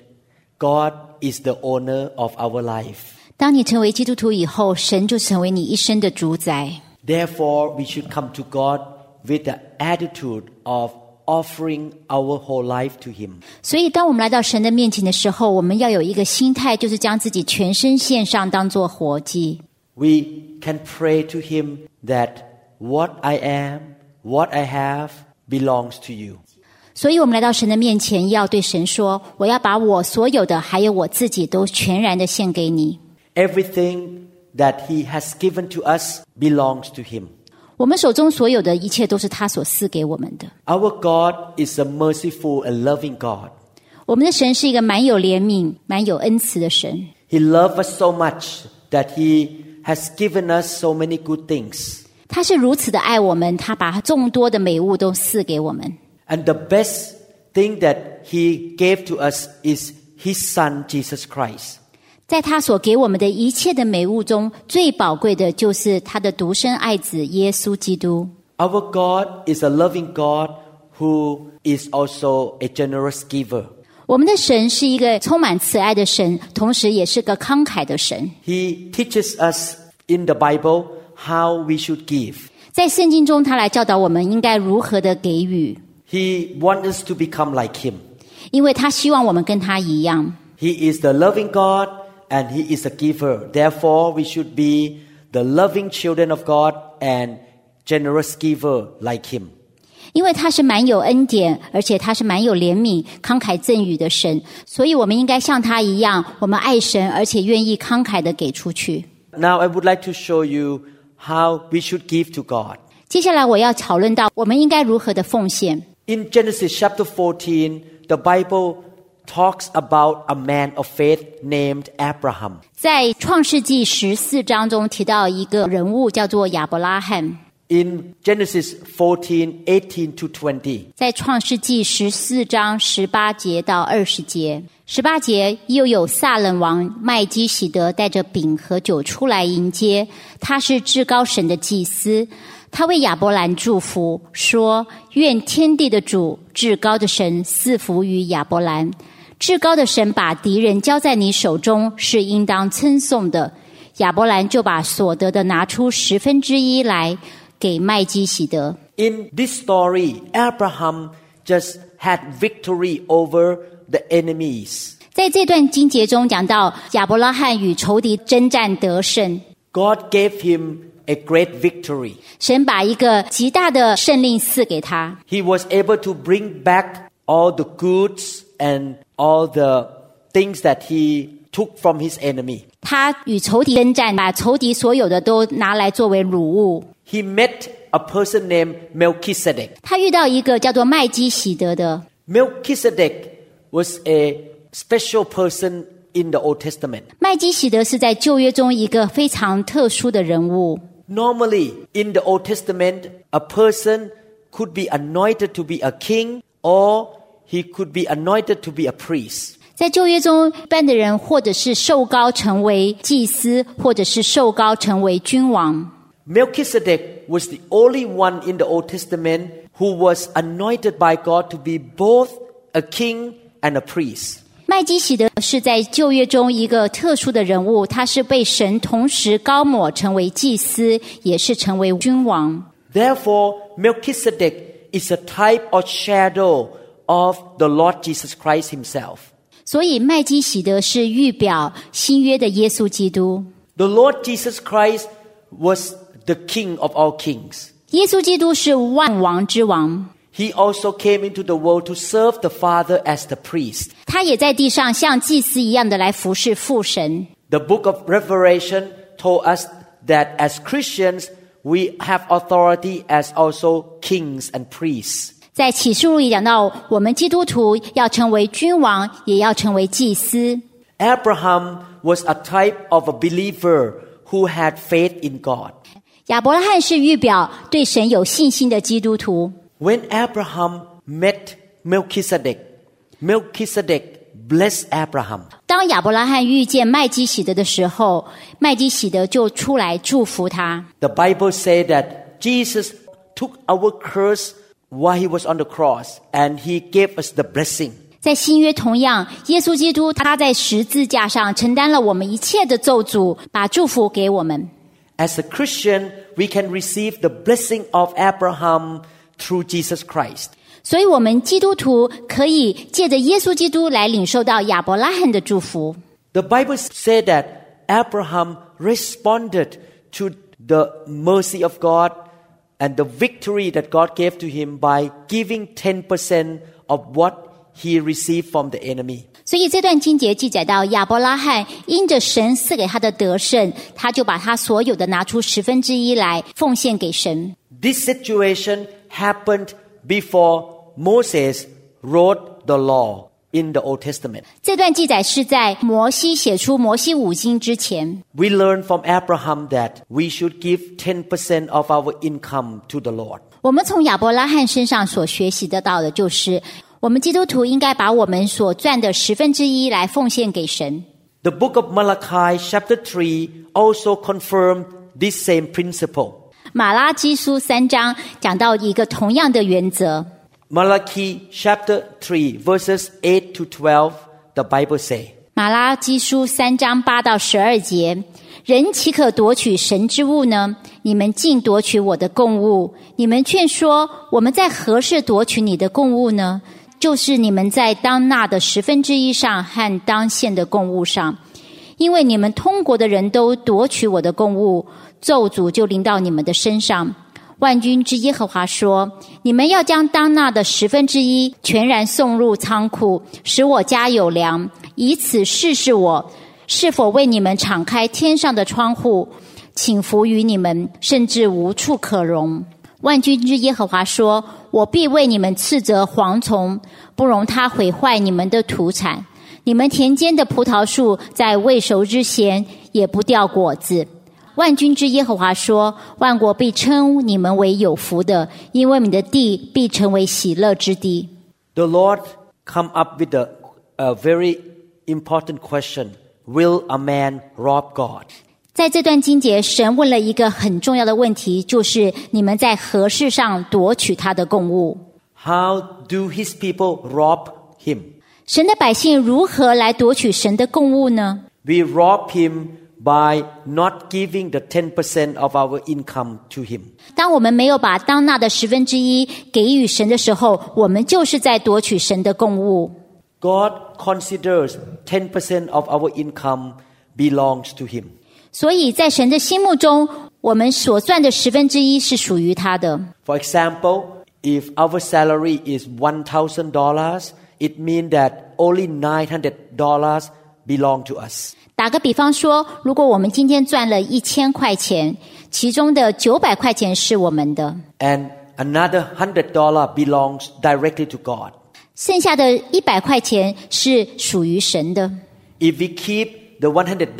A: God is the owner of our life.
B: 当你成为基督徒以后，神就成为你一生的主宰。
A: Therefore, we should come to God with the attitude of offering our whole life to Him.
B: 所以，当我们来到神的面前的时候，我们要有一个心态，就是将自己全身献上，当做活祭。
A: We can pray to Him that what I am, what I have, belongs to you.
B: 所以我们来到神的面前，要对神说：“我要把我所有的，还有我自己，都全然的献给你。
A: Everything that He has given to us belongs to Him.
B: 我们手中所有的一切，都是他所赐给我们的。
A: Our God is a merciful and loving God.
B: 我们的神是一个满有怜悯、满有恩慈的神。
A: He loves us so much that He has given us so many good things.
B: 他是如此的爱我们，他把众多的美物都赐给我们。
A: And the best thing that He gave to us is His Son, Jesus Christ.
B: 在他所给我们的一切的美物中，最宝贵的就是他的独生爱子耶稣基督。
A: Our God is a loving God who is also a generous giver.
B: 我们的神是一个充满慈爱的神，同时也是个慷慨的神。
A: He teaches us in the Bible how we should give.
B: 在圣经中，他来教导我们应该如何的给予，
A: He wants us to become like Him.
B: 因为他希望我们跟他一样。
A: He is the loving God and He is a giver. Therefore, we should be the loving children of God and generous giver like Him.
B: 因为他是满有恩典，而且他是满有怜悯、慷慨赠予的神，所以我们应该像他一样，我们爱神，而且愿意慷慨的给出去。
A: Now, I would like to show you how we should give to God.
B: 接下来我要讨论到我们应该如何的奉献。
A: In Genesis chapter 14, the Bible talks about a man of faith named Abraham.
B: 在创世纪十四章中提到一个人物叫做亚伯拉罕，
A: In Genesis 14, 18 to 20,
B: 在创世纪十四章十八节到二十节，十八节又有撒冷王麦基喜德带着饼和酒出来迎接，他是至高神的祭司，他为亚伯兰祝福说：“愿天地的主至高的神赐福于亚伯兰。至高的神把敌人交在你手中，是应当称颂的。”亚伯兰就把所得的拿出十分之一来给麦基喜德。
A: in this story, Abraham just had victory over the enemies.
B: 在这段经节中讲到亚伯拉罕与仇敌征战得胜，
A: God gave him a great victory.
B: 神把一个极大的胜利赐给他，
A: He was able to bring back all the goods and all the things that he took from his enemy.
B: 他与仇敌征战，把仇敌所有的都拿来作为掳物。
A: He met a person named Melchizedek.
B: 他遇到一个叫做麦基喜德的，
A: Melchizedek was a special person in the Old Testament.
B: 麦基喜德是在旧约中一个非常特殊的人物。
A: Normally, in the Old Testament, a person could be anointed to be a king or he could be anointed to be a priest.
B: 在旧约中，一般的人或者是受高成为祭司，或者是受高成为君王。
A: Melchizedek was the only one in the Old Testament who was anointed by God to be both a king and a priest.
B: 麦基喜德是在旧约中一个特殊的人物，他是被神同时高抹成为祭司，也是成为君王。
A: Therefore, Melchizedek is a type or shadow of the Lord Jesus Christ himself.
B: 所以，麦基喜德是预表新约的耶稣基督。
A: The Lord Jesus Christ was the king of all kings.
B: 耶稣基督是万王之王，
A: He also came into the world to serve the Father as the priest.
B: 他也在地上像祭司一样的来服侍父神。
A: The book of Revelation told us that as Christians, we have authority as also kings and priests.
B: 在启示录里讲到，我们基督徒要成为君王，也要成为祭司。
A: Abraham was a type of a believer who had faith in God.
B: 亚伯拉罕是预表对神有信心的基督徒。
A: When Abraham met Melchizedek, Melchizedek blessed Abraham.
B: 当亚伯拉罕遇见麦基喜德的时候，麦基喜德就出来祝福他。
A: The Bible says that Jesus took our curse while he was on the cross and he gave us the blessing.
B: 在新约同样，耶稣基督他在十字架上承担了我们一切的咒诅，把祝福给我们。
A: As a Christian, we can receive the blessing of Abraham through Jesus Christ.
B: 所以，我们基督徒可以借着耶稣基督来领受到亚伯拉罕的祝福。
A: The Bible said that Abraham responded to the mercy of God and the victory that God gave to him by giving 10% of what he received from the enemy.
B: 所以这段经节记载到亚伯拉罕因着神赐给他的得胜，他就把他所有的拿出十分之一来奉献给神。
A: This situation happened before Moses wrote the law in the Old Testament.
B: 这段记载是在摩西写出摩西五经之前。
A: We learn from Abraham that we should give 10% of our income to the Lord.
B: 我们从亚伯拉罕身上所学习得到的就是，我们基督徒应该把我们所赚的十分之一来奉献给神。
A: The book of Malachi, chapter 3, also confirmed this same principle.
B: 马拉基书三章讲到一个同样的原则，
A: Malachi, chapter 3, verses 8 to 12, the Bible says,
B: 马拉基书三章八到十二节：人岂可夺取神之物呢？你们竟夺取我的供物！你们劝说我们在何事夺取你的供物呢？就是你们在当纳的十分之一上和当献的供物上，因为你们通国的人都夺取我的供物，咒诅就临到你们的身上。万军之耶和华说：“你们要将当纳的十分之一全然送入仓库，使我家有粮，以此试试我是否为你们敞开天上的窗户，请服于你们，甚至无处可容。”万军之耶和华说：“我必为你们斥责蝗虫，不容它毁坏你们的土产。你们田间的葡萄树在未熟之前也不掉果子。”万军之耶和华说：“万国必称你们为有福的，因为你的地必成为喜乐之地。
A: The Lord come up with a, a very important question. Will a man rob God? ”
B: 在这段经节，神问了一个很重要的问题，就是你们在何事上夺取他的供物？
A: How do his people rob him?
B: 神的百姓如何来夺取神的供物呢？
A: We rob him by not giving the 10% of our income to him.
B: 当我们没有把当纳的十分之一给予神的时候，我们就是在夺取神的供物。
A: God considers 10% of our income belongs to Him.
B: 所以在神的心目中，我们所赚的十分之一是属于他的。
A: For example, if our salary is $1,000, it means that only $900 belong to us.
B: 打个比方说，如果我们今天赚了一千块钱，其中的九百块钱是我们的，
A: And another $100 belongs directly to God.
B: 剩下的一百块钱是属于神的。
A: If we keep the $100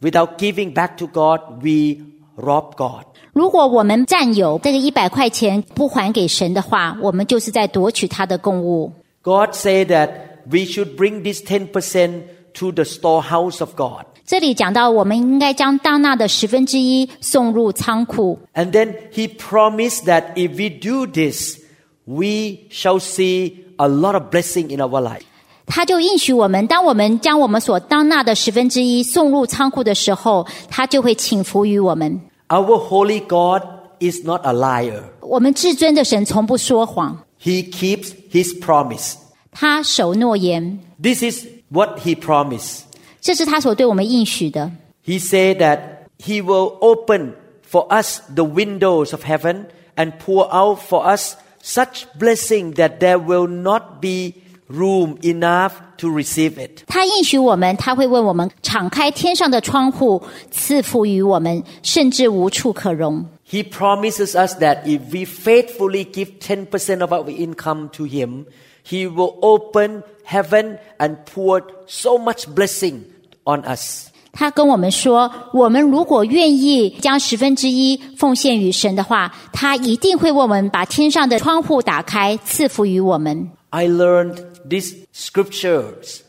A: without giving back to God, we rob God.
B: 如果我们占有这个一百块钱不还给神的话，我们就是在夺取他的供物。
A: God said that we should bring this 10% to the storehouse of God.
B: 这里讲到，我们应该将当纳的十分之一送入仓库，
A: And then he promised that if we do this, we shall see a lot of blessing in our life.
B: 他就应许我们，当我们将我们所当纳的十分之一送入仓库的时候，他就会请服于我们。
A: Our holy God is not a liar.
B: 我们至尊的神从不说谎，
A: He keeps his promise.
B: 他守诺言，
A: This is what he promised.
B: 这是他所对我们应许的。
A: He said that He will open for us the windows of heaven and pour out for us such blessing that there will not be room enough to receive it.
B: 他应许我们，他会为我们敞开天上的窗户，赐福于我们，甚至无处可容。
A: He promises us that if we faithfully give 10% of our income to Him, He will open heaven and pour so much blessing on us.
B: 他跟我们说，我们如果愿意将十分之一奉献于神的话，他一定会为我们把天上的窗户打开，赐福于我们。
A: I learned these scriptures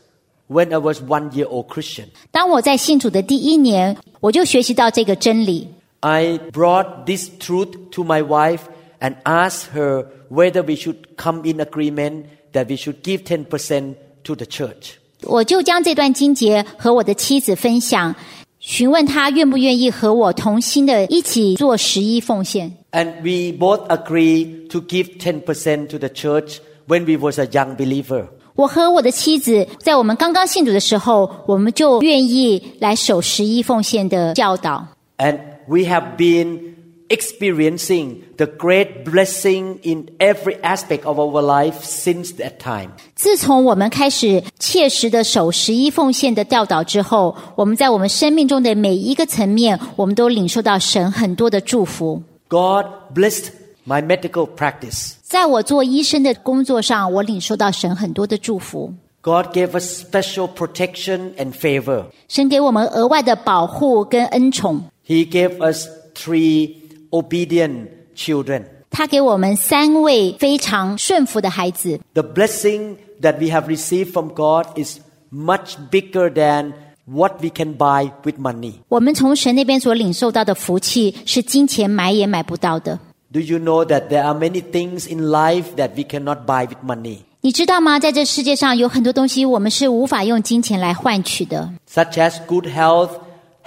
A: when I was one year old Christian.
B: 当我在信主的第一年，我就学习到这个真理。
A: I brought this truth to my wife and asked her whether we should come in agreement that we should give 10% to the church.
B: 我就将这段经节和我的妻子分享，询问她愿不愿意和我同心的一起做十一奉献。
A: And we both agreed to give 10% to the church when we was a young believer.
B: 我和我的妻子在我们刚刚信主的时候，我们就愿意来守十一奉献的教导。
A: And we have been experiencing the great blessing in every aspect of our life since that time.
B: 自从我们开始切实的守十一奉献的教导之后，我们在我们生命中的每一个层面，我们都领受到神很多的祝福。
A: God blessed my medical practice.
B: 在我做医生的工作上，我领受到神很多的祝福。
A: God gave us special protection and favor.
B: 神给我们额外的保护跟恩宠，
A: He gave us three obedient children.
B: 他给我们三位非常顺服的孩子。
A: The blessing that we have received from God is much bigger than what we can buy with money.
B: 我们从神那边所领受到的福气，是金钱买也买不到的。
A: Do you know that there are many things in life that we cannot buy with money,
B: 你知道吗？在这世界上有很多东西，我们是无法用金钱来换取的。
A: such as good health,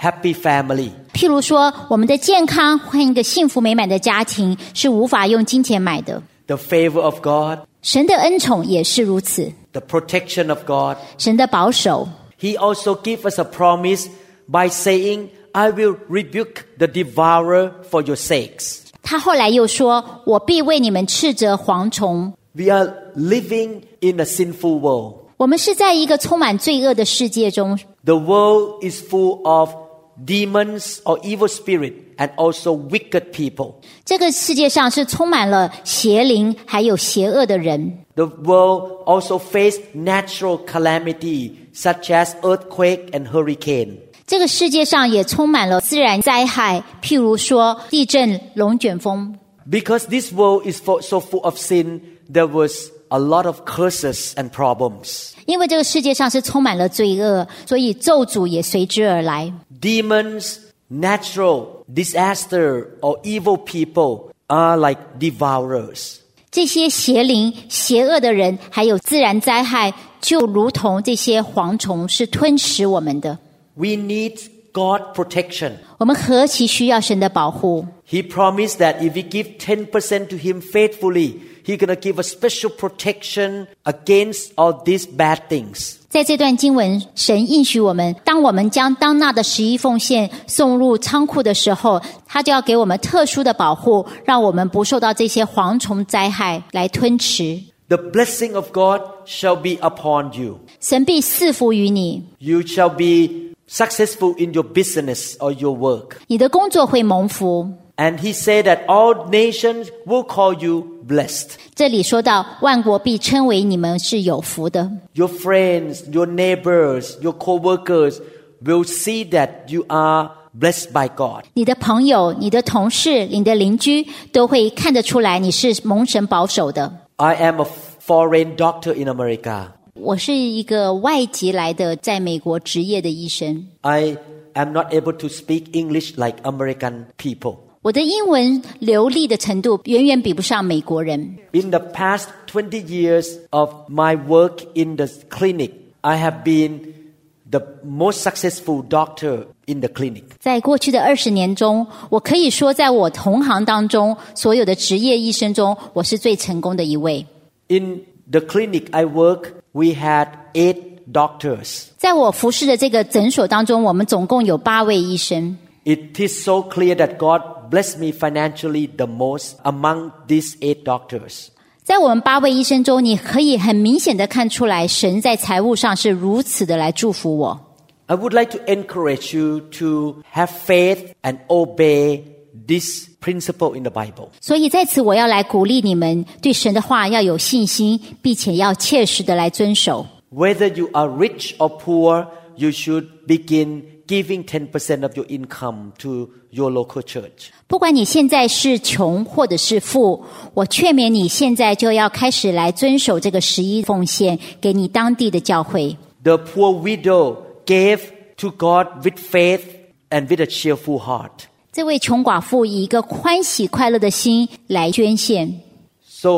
A: happy family?
B: 譬如说，我们的健康换一个幸福美满的家庭，是无法用金钱买的。
A: The favor of God,
B: 神的恩宠也是如此，
A: the protection of God.
B: 神的保守
A: He also gave us a promise by saying, I will rebuke the devourer for your sakes.
B: 他后来又说：“我必为你们斥责蝗虫。
A: We are living in a sinful world. ”
B: 我们是在一个充满罪恶的世界中，
A: The world is full of demons or evil spirit and also wicked people.
B: 这个世界上是充满了邪灵还有邪恶的人。
A: The world also face natural calamity such as earthquake and hurricane.
B: 这个世界上也充满了自然灾害，譬如说地震、龙卷风。
A: Because this world is fo- so full of sin, there was a lot of curses and problems.
B: 因为这个世界上是充满了罪恶，所以咒诅也随之而来。
A: Demons, natural disaster or evil people are like devourers.
B: 这些邪灵、邪恶的人，还有自然灾害，就如同这些蝗虫是吞食我们的。
A: We need God protection.
B: 我们何其需要神的保护！
A: He promised that if we give 10% to Him faithfully, He's going to give a special protection against all these bad things.
B: 在这段经文，神应许我们，当我们将当纳的十一奉献送入仓库的时候，他就要给我们特殊的保护，让我们不受到这些蝗虫灾害来吞吃。
A: The blessing of God shall be upon you.
B: 神必赐福于你，
A: You shall be successful in your business or your work.
B: 你的工作会蒙福。
A: And He said that all nations will call you blessed.
B: 这里说到，万国必称为你们是有福的。
A: Your friends, your neighbors, your co-workers will see that you are blessed by God.
B: 你的朋友、你的同事、你的邻居都会看得出来你是蒙神保守的。
A: I am a foreign doctor in America.
B: 我是一个外籍来的，在美国执业的医生，
A: I am not able to speak English like American people.
B: 我的英文流利的程度远远比不上美国人。
A: In the past 20 years of my work in the clinic, I have been the most successful doctor in the clinic.
B: 在过去的二十年中，我可以说，在我同行当中所有的职业医生中，我是最成功的一位。
A: In the clinic I work, we had eight doctors.
B: 在我服侍的这个诊所当中，我们总共有八位医生。
A: It is so clear that God blessed me financially the most among these eight doctors.
B: 在我们八位医生中，你可以很明显的看出来，神在财务上是如此的来祝福我。
A: I would like to encourage you to have faith and obey this principle in the Bible.
B: 所以在此，我要来鼓励你们对神的话要有信心，并且要切实的来遵守。
A: Whether you are rich or poor, you should begin giving 10% of your income to your local church.
B: 不管你现在是穷或者是富，我劝勉你现在就要开始来遵守这个十一奉献，给你当地的教会。
A: The poor widow gave to God with faith and with a cheerful heart.
B: 这位穷寡妇以一个欢喜快乐的心来捐献。
A: So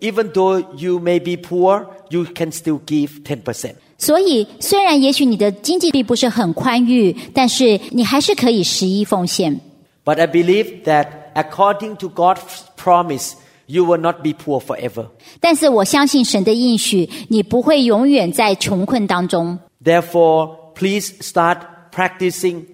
A: even though you may be poor, you can still give 10%.
B: 所以，虽然也许你的经济并不是很宽裕，但是你还是可以十一奉献。
A: But I believe that according to God's promise, you will not be poor forever.
B: 但是我相信神的应许，你不会永远在穷困当中。
A: Therefore, please start practicing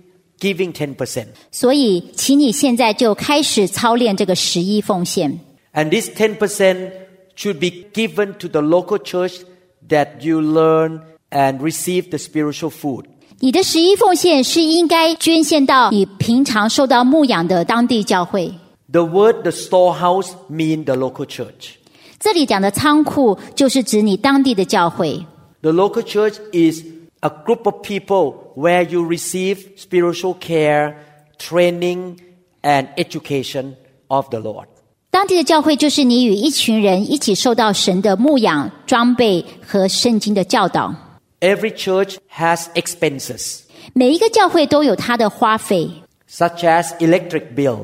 A: giving 10%.
B: 所以，请你现在就开始操练这个十一奉献。
A: And this 10% should be given to the local church that you learn and receive the spiritual food.
B: 你的十一奉献是应该捐献到你平常受到牧养的当地教会。
A: The word the storehouse mean the local church.
B: 这里讲的仓库，就是指你当地的教会。
A: The local church is a group of people where you receive spiritual care, training, and education of the Lord.
B: 当地的教会就是你与一群人一起受到神的牧养、装备和圣经的教导。
A: Every church has expenses
B: 每一个教会都有它的花费，
A: such as electric bill,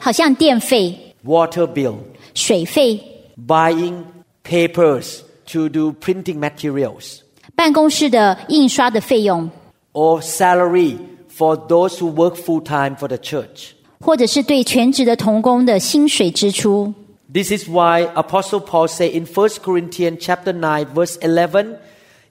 B: 好像电费、
A: water bill,
B: 水费、
A: buying papers to do printing materials,
B: 办公室的印刷的费用，
A: or salary for those who work full time for the church.
B: 或者是对全职的童工的薪水支出。
A: This is why Apostle Paul said in 1 Corinthians chapter 9 verse 11,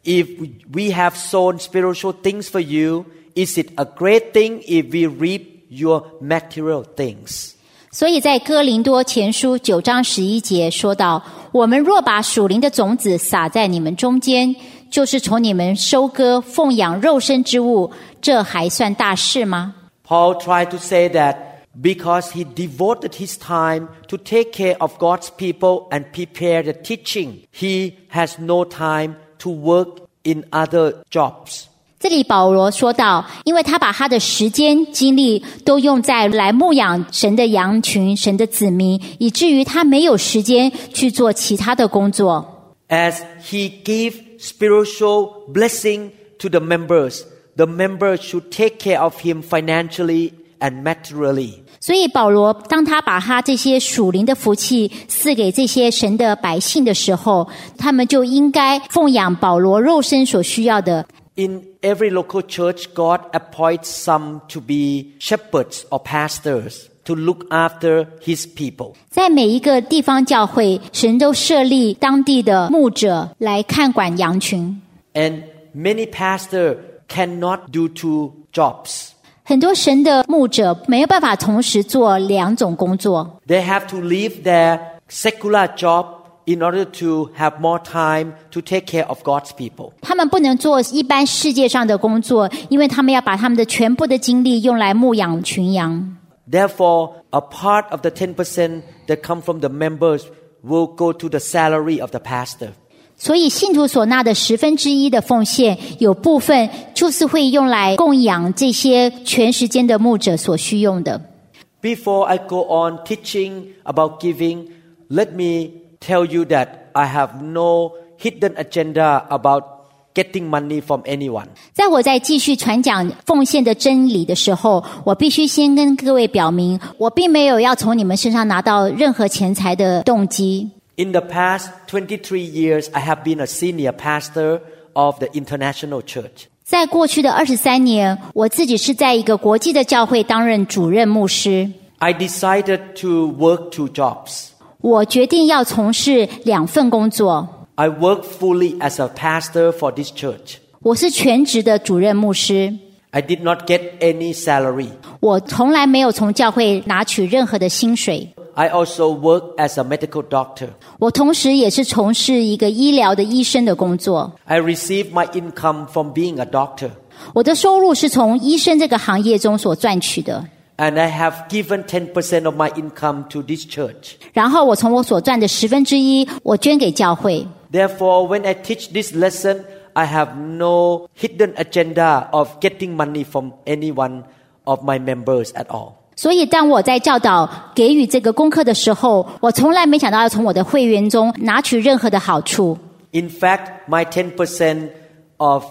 A: if we have sown spiritual things for you, is it a great thing if we reap your material things?
B: 所以在哥林多前书九章十一节说到：“我们若把属灵的种子撒在你们中间，就是从你们收割奉养肉身之物，这还算大事吗？”
A: Paul tried to say that because he devoted his time to take care of God's people and prepare the teaching, he has no time to work in other jobs.
B: 这里保罗说到，因为他把他的时间精力都用在来牧养神的羊群、神的子民，以至于他没有时间去做其他的工作。
A: As he gave spiritual blessing to the members, the members should take care of him financially and materially.
B: 所以保罗当他把他这些属灵的福气赐给这些神的百姓的时候，他们就应该奉养保罗肉身所需要的，
A: In every local church, God appoints some to be shepherds or pastors to look after his people.
B: 在每一个地方教会，神都设立当地的牧者来看管羊群。
A: And many pastors cannot do two jobs.
B: 很多神的牧者没有办法同时做两种工作，
A: They have to leave their secular job in order to have more time to take care of God's people.
B: 他们不能做一般世界上的工作，因为他们要把他们的全部的精力用来牧养群羊。
A: Therefore, a part of the 10% that come from the members will go to the salary of the pastor.
B: 所以，信徒所纳的十分之一的奉献，有部分就是会用来供养这些全时间的牧者所需用的。
A: Before I go on teaching about giving, let me tell you that I have no hidden agenda about getting money from anyone.
B: 在我在继续传讲奉献的真理的时候，我必须先跟各位表明，我并没有要从你们身上拿到任何钱财的动机。
A: In the past 23 years, I have been a senior pastor of the international church.
B: 在过去的二十三年，我自己是在一个国际的教会担任主任牧师。
A: I decided to work two jobs.
B: 我决定要从事两份工作，
A: I work fully as a pastor for this church.
B: 我是全职的主任牧师，
A: I did not get any salary.
B: 我从来没有从教会拿取任何的薪水。
A: I also work as a medical doctor.
B: 我同时也是从事一个医疗的医生的工作，
A: I receive my income from being a doctor.
B: 我的收入是从医生这个行业中所赚取的。
A: And I have given 10% of my income to this church.
B: 然后我从我所赚的十分之一，我捐给教会。
A: Therefore, when I teach this lesson, I have no hidden agenda of getting money from anyone of my members at all.
B: 所以，当我在教导给予这个功课的时候，我从来没想到要从我的会员中拿取任何的好处。
A: In fact, my 10% of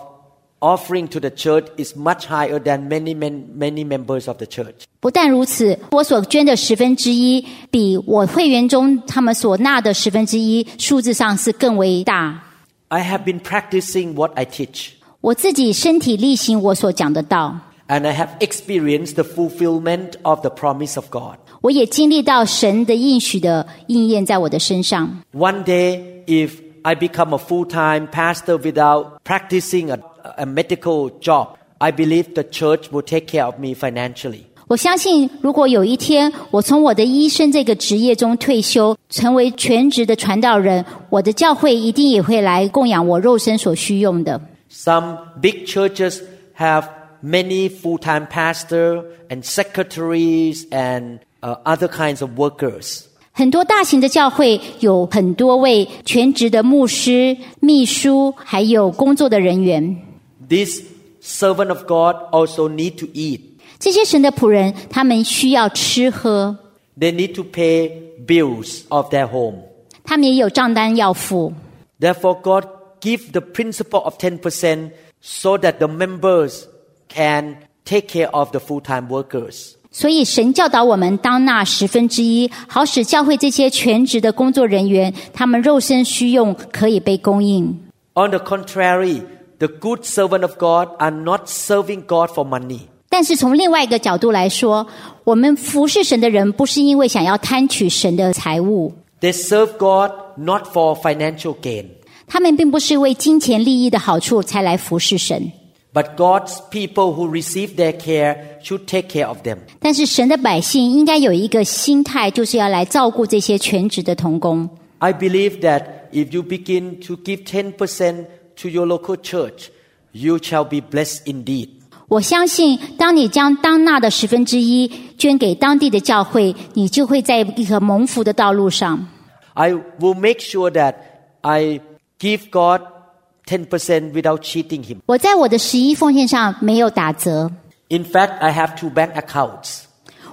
A: offering to the church is much higher than many, many, many members of the church.
B: 不但如此，我所捐的十分之一，比我会员中他们所纳的十分之一数字上是更为大。
A: I have been practicing what I teach.
B: 我自己身体力行我所讲的道，
A: And I have experienced the fulfillment of the promise of God.
B: 我也经历到神的应许的应验在我的身上。
A: One day, if I become a full time pastor without practicing a, a medical job, I believe the church will take care of me financially.
B: 我相信，如果有一天我从我的医生这个职业中退休，成为全职的传道人，我的教会一定也会来供养我肉身所需用的。
A: Some big churches have many full time pastors and secretaries and uh, other kinds of workers.
B: 很多大型的教会有很多位全职的牧师、秘书，还有工作的人员。
A: These servant of God also need to eat.
B: 这些神的仆人，他们需要吃喝，
A: They need to pay bills of their home.
B: 他们也有账单要付。
A: Therefore, God give the principle of 10% so that the members can take care of the full-time workers.
B: 所以，神教导我们当纳十分之一，好使教会这些全职的工作人员，他们肉身需用可以被供应。
A: On the contrary, the good servant of God are not serving God for money.
B: 但是从另外一个角度来说，我们服侍神的人不是因为想要贪取神的财物，
A: They serve God not for financial gain.
B: 他们并不是为金钱利益的好处才来服侍神。
A: But God's people who receive their care should take care of them.
B: 但是神的百姓应该有一个心态，就是要来照顾这些全职的童工。
A: I believe that if you begin to give 10% to your local church, you shall be blessed indeed.
B: 我相信，当你将当纳的十分之一捐给当地的教会，你就会在一个蒙福的道路上。
A: I will make sure that I give God 10% without cheating Him.
B: 我在我的十一奉献上没有打折，
A: In fact, I have two bank accounts.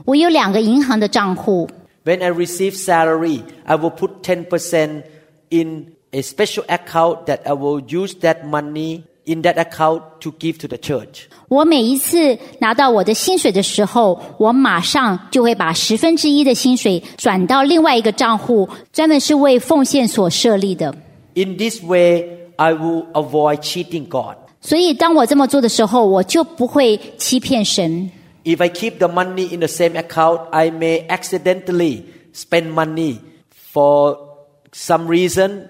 B: 我有两个银行的账户，
A: When I receive salary, I will put 10% in a special account that I will use that money in that account to give to the church.
B: 我每一次拿到我的薪水的时候，我马上就会把十分之一的薪水转到另外一个账户，专门是为奉献所设立的。
A: In this way, I will avoid cheating God.
B: 所以当我这么做的时候，我就不会欺骗神。
A: If I keep the money in the same account, I may accidentally spend money for some reason,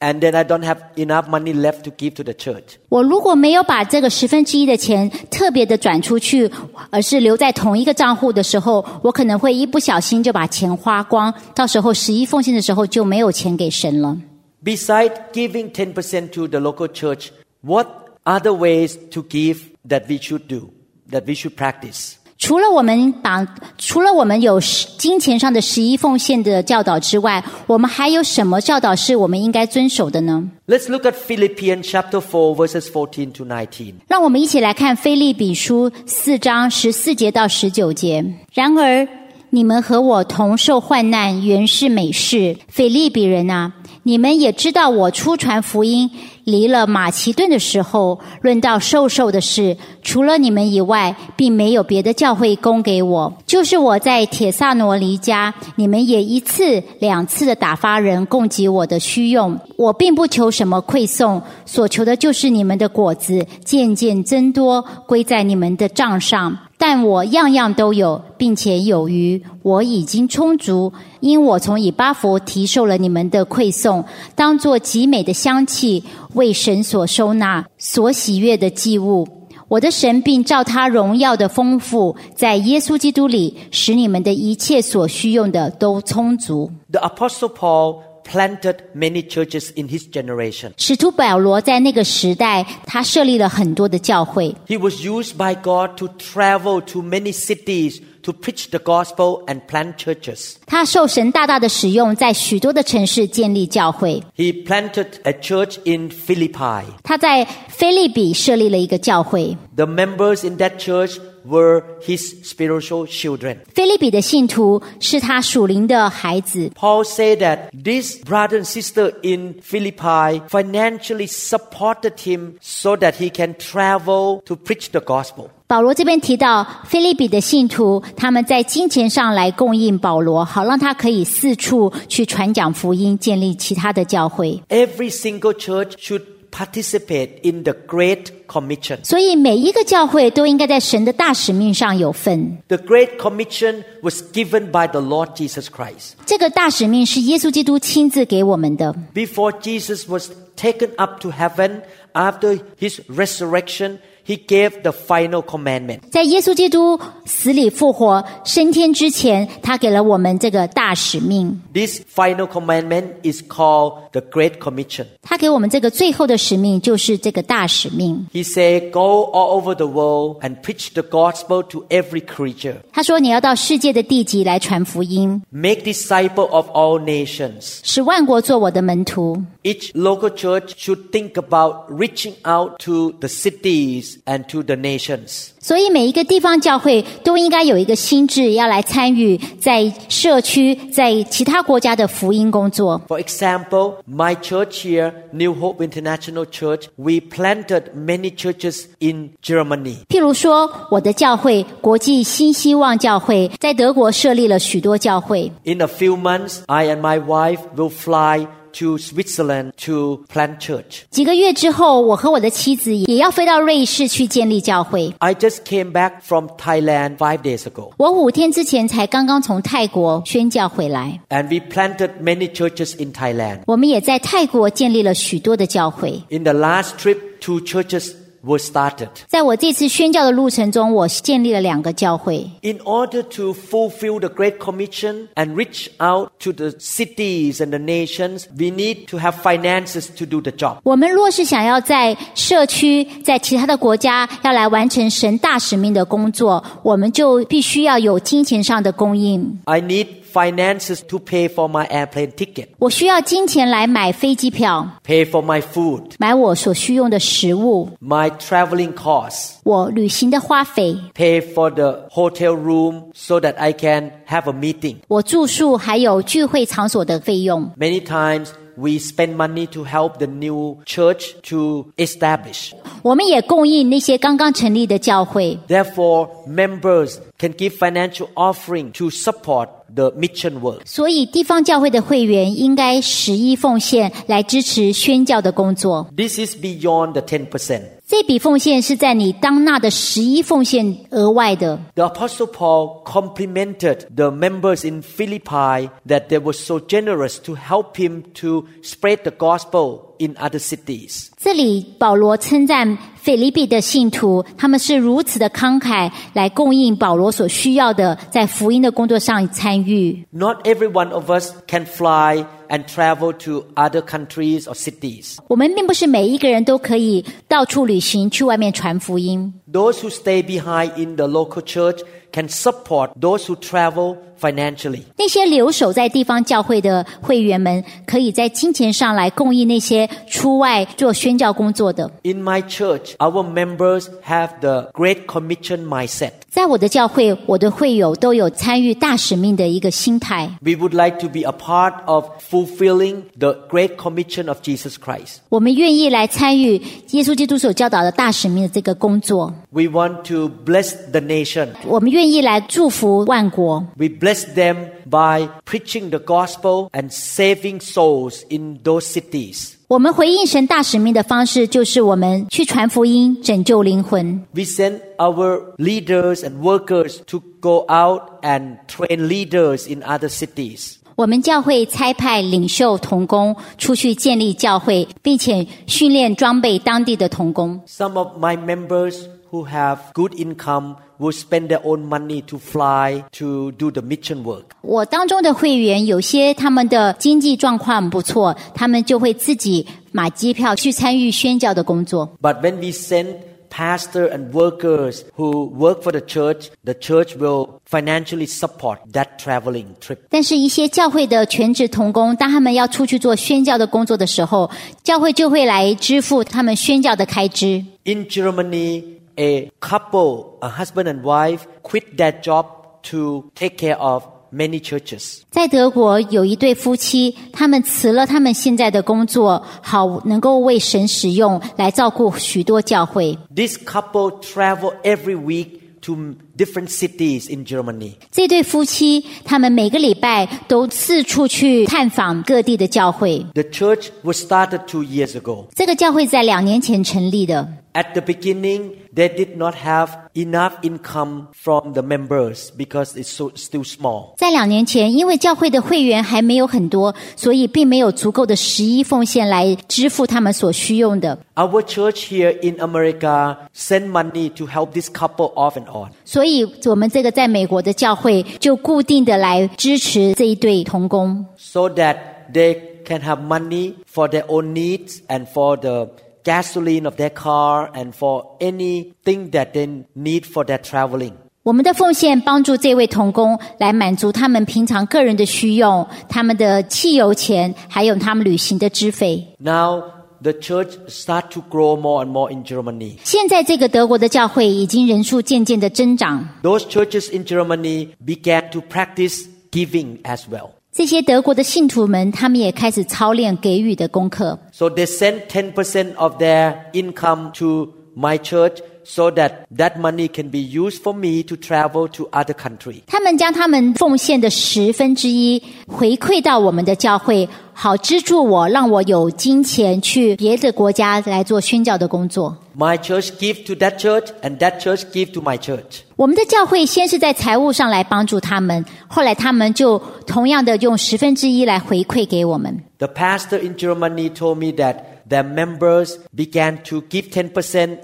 A: and then I don't have enough money left to give to the church.
B: 我如果没有把这个十分之一的钱特别的转出去，而是留在同一个账户的时候，我可能会一不小心就把钱花光，到时候十一奉献的时候就没有钱给神了。
A: Besides giving 10% to the local church, what other ways to give that we should do, that we should practice?
B: 除了我们把除了我们有十金钱上的十一奉献的教导之外，我们还有什么教导是我们应该遵守的呢？
A: Let's look at Philippians chapter 4 verses 14 to 19.
B: 让我们一起来看《菲利比书》四章十四节到十九节。然而，你们和我同受患难，原是美事。菲利比人啊，你们也知道我初传福音离了马其顿的时候，论到受受的事，除了你们以外，并没有别的教会供给我。就是我在铁萨罗尼加，你们也一次两次的打发人供给我的需用。我并不求什么馈送，所求的就是你们的果子渐渐增多，归在你们的账上。但我样样都有，并且有余，我已经充足，因我从以巴弗提受了你们的馈送，当作极美的香气，为神所收纳，所喜悦的祭物。我的神并照他荣耀的丰富，在耶稣基督里，使你们的一切所需用的都充足。
A: The apostle Paul planted many churches in his generation.
B: 使徒保罗在那个时代，他设立了很多的教会，
A: He was used by God to travel to many cities to preach the gospel and plant churches.
B: 他受神大大的使用，在许多的城市建立教会。
A: He planted a church in Philippi.
B: 他在菲利比设立了一个教会，
A: The members in that church were his spiritual children.
B: 菲利比的信徒是他属灵的孩子。
A: Paul said that this brother and sister in Philippi financially supported him so that he can travel to preach the gospel.
B: 保罗这边提到，菲利比的信徒他们在金钱上来供应保罗，好让他可以四处去传讲福音，建立其他的教会。
A: Every single church should participate in the Great Commission.
B: 所以，每一个教会都应该在神的大使命上有份。
A: The Great Commission was given by the Lord Jesus Christ.
B: 这个大使命是耶稣基督亲自给我们的。
A: Before Jesus was taken up to heaven, after his resurrection, he gave the final commandment.
B: 在耶稣基督死里复活、升天之前，他给了我们这个大使命。
A: This final commandment is called the Great Commission.
B: 他给我们这个最后的使命就是这个大使命。
A: He said, Go all over the world and preach the gospel to every creature.
B: 他说：“你要到世界的地级来传福音，
A: Make disciple of all nations.
B: 使万国做我的门徒。
A: Each local church should think about reaching out to the cities and to the nations. ”
B: 所以，每一个地方教会都应该有一个心智，要来参与在社区、在其他国家的福音工作。
A: For example, my church here, New Hope International Church, we planted many churches in Germany.
B: 譬如说，我的教会国际新希望教会在德国设立了许多教会。
A: In a few months, I and my wife will fly to Switzerland to plant church.
B: 几个月之后，我和我的妻子也要飞到瑞士去建立教会。
A: I just came back from Thailand five days ago.
B: 我五天之前才刚刚从泰国宣教回来，
A: And we planted many churches in Thailand.
B: 我们也在泰国建立了许多的教会。
A: In the last trip, two churches were started.
B: 在我这次宣教的路程中，我建立了两个教会。
A: In order to fulfill the Great Commission and reach out to the cities and the nations, we need to have finances to do the job.
B: 我们若是想要在社区、在其他的国家要来完成神大使命的工作，我们就必须要有金钱上的供应。
A: I need finances to pay for my airplane ticket,
B: 我需要金钱来买飞机票，
A: pay for my food,
B: 买我所需用的食物，
A: my traveling costs,
B: 我旅行的花费，
A: pay for the hotel room so that I can have a meeting.
B: 我住宿还有聚会场所的费用。
A: Many times we spend money to help the new church to establish.
B: 我们也供应那些刚刚成立的教会，
A: Therefore, members can give financial offering to support the mission work.
B: 所以地方教会的会员应该十一奉献来支持宣教的工作。
A: This is beyond the 10%.
B: 这笔奉献是在你当纳的十一奉献额外的。
A: The Apostle Paul complimented the members in Philippi that they were so generous to help him to spread the gospel in other cities.
B: 这里保罗称赞腓利比的信徒，他们是如此的慷慨，来供应保罗所需要的，在福音的工作上参与。
A: Not every one of us can fly and travel to other countries or cities.
B: 我们并不是每一个人都可以到处旅行，去外面传福音。
A: Those who stay behind in the local church can support those who travel financially.
B: 那些留守在地方教会的会员们，可以在金钱上来供应那些出外做宣教工作的。
A: In my church, our members have the Great Commission mindset.
B: 在我的教会，我的会友都有参与大使命的一个心态。
A: We would like to be a part of fulfilling the Great Commission of Jesus Christ.
B: 我们愿意来参与耶稣基督所教导的大使命的这个工作，
A: We want to bless the nation.
B: 我们愿意来祝福万国。
A: We bless them by preaching the gospel and saving souls in those cities.
B: 我们回应神大使命的方式，就是我们去传福音，拯救灵魂。
A: We send our leaders and workers to go out and train leaders in other cities.
B: 我们教会差派领袖童工出去建立教会，并且训练装备当地的童工。
A: Some of my members who have good income will spend their own money to fly to do the mission work.
B: 我当中的会员有些他们的经济状况不错，他们就会自己买机票去参与宣教的工作。
A: But when we send pastor and workers who work for the church, the church will financially support that traveling trip.
B: 但是，一些教会的全职童工，当他们要出去做宣教的工作的时候，教会就会来支付他们宣教的开支。
A: In Germany, a couple, a husband and wife, quit their job to take care of many churches.
B: 在德国，有一对夫妻，他们辞了他们现在的工作，好能够为神使用，来照顾许多教会。
A: This couple travel every week to different cities in Germany.
B: 这对夫妻，他们每个礼拜都四处去探访各地的教会。
A: The church was started two years ago.
B: 这个教会在两年前成立的，
A: At the beginning, they did not have enough income from the members because it's so, still small.
B: 在两年前，因为教会的会员还没有很多，所以并没有足够的十一奉献来支付他们所需用的。
A: Our church here in America send money to help this couple off and on.
B: 所以，我们这个在美国的教会就固定的来支持这一对童工，
A: so that they can have money for their own needs and for the gasoline of their car and for anything that they need for their traveling.
B: 我们的奉献帮助这位童工来满足他们平常个人的需用，他们的汽油钱，还有他们旅行的支费。
A: Now the church start to grow more and more in Germany.
B: 现在这个德国的教会已经人数渐渐的增长，
A: Those churches in Germany began to practice giving as well.
B: 这些德国的信徒们，他们也开始操练给予的功课。
A: So they sent 10% of their income to my church so that that money can be used for me to travel to other country.
B: 他们将他们奉献的十分之一回馈到我们的教会，好资助我，让我有金钱去别的国家来做宣教的工作。
A: My church give to that church and that church give to my church.
B: 我们的教会先是在财务上来帮助他们，后来他们就同样的用十分之一来回馈给我们。
A: The pastor in Germany told me that their members began to give 10%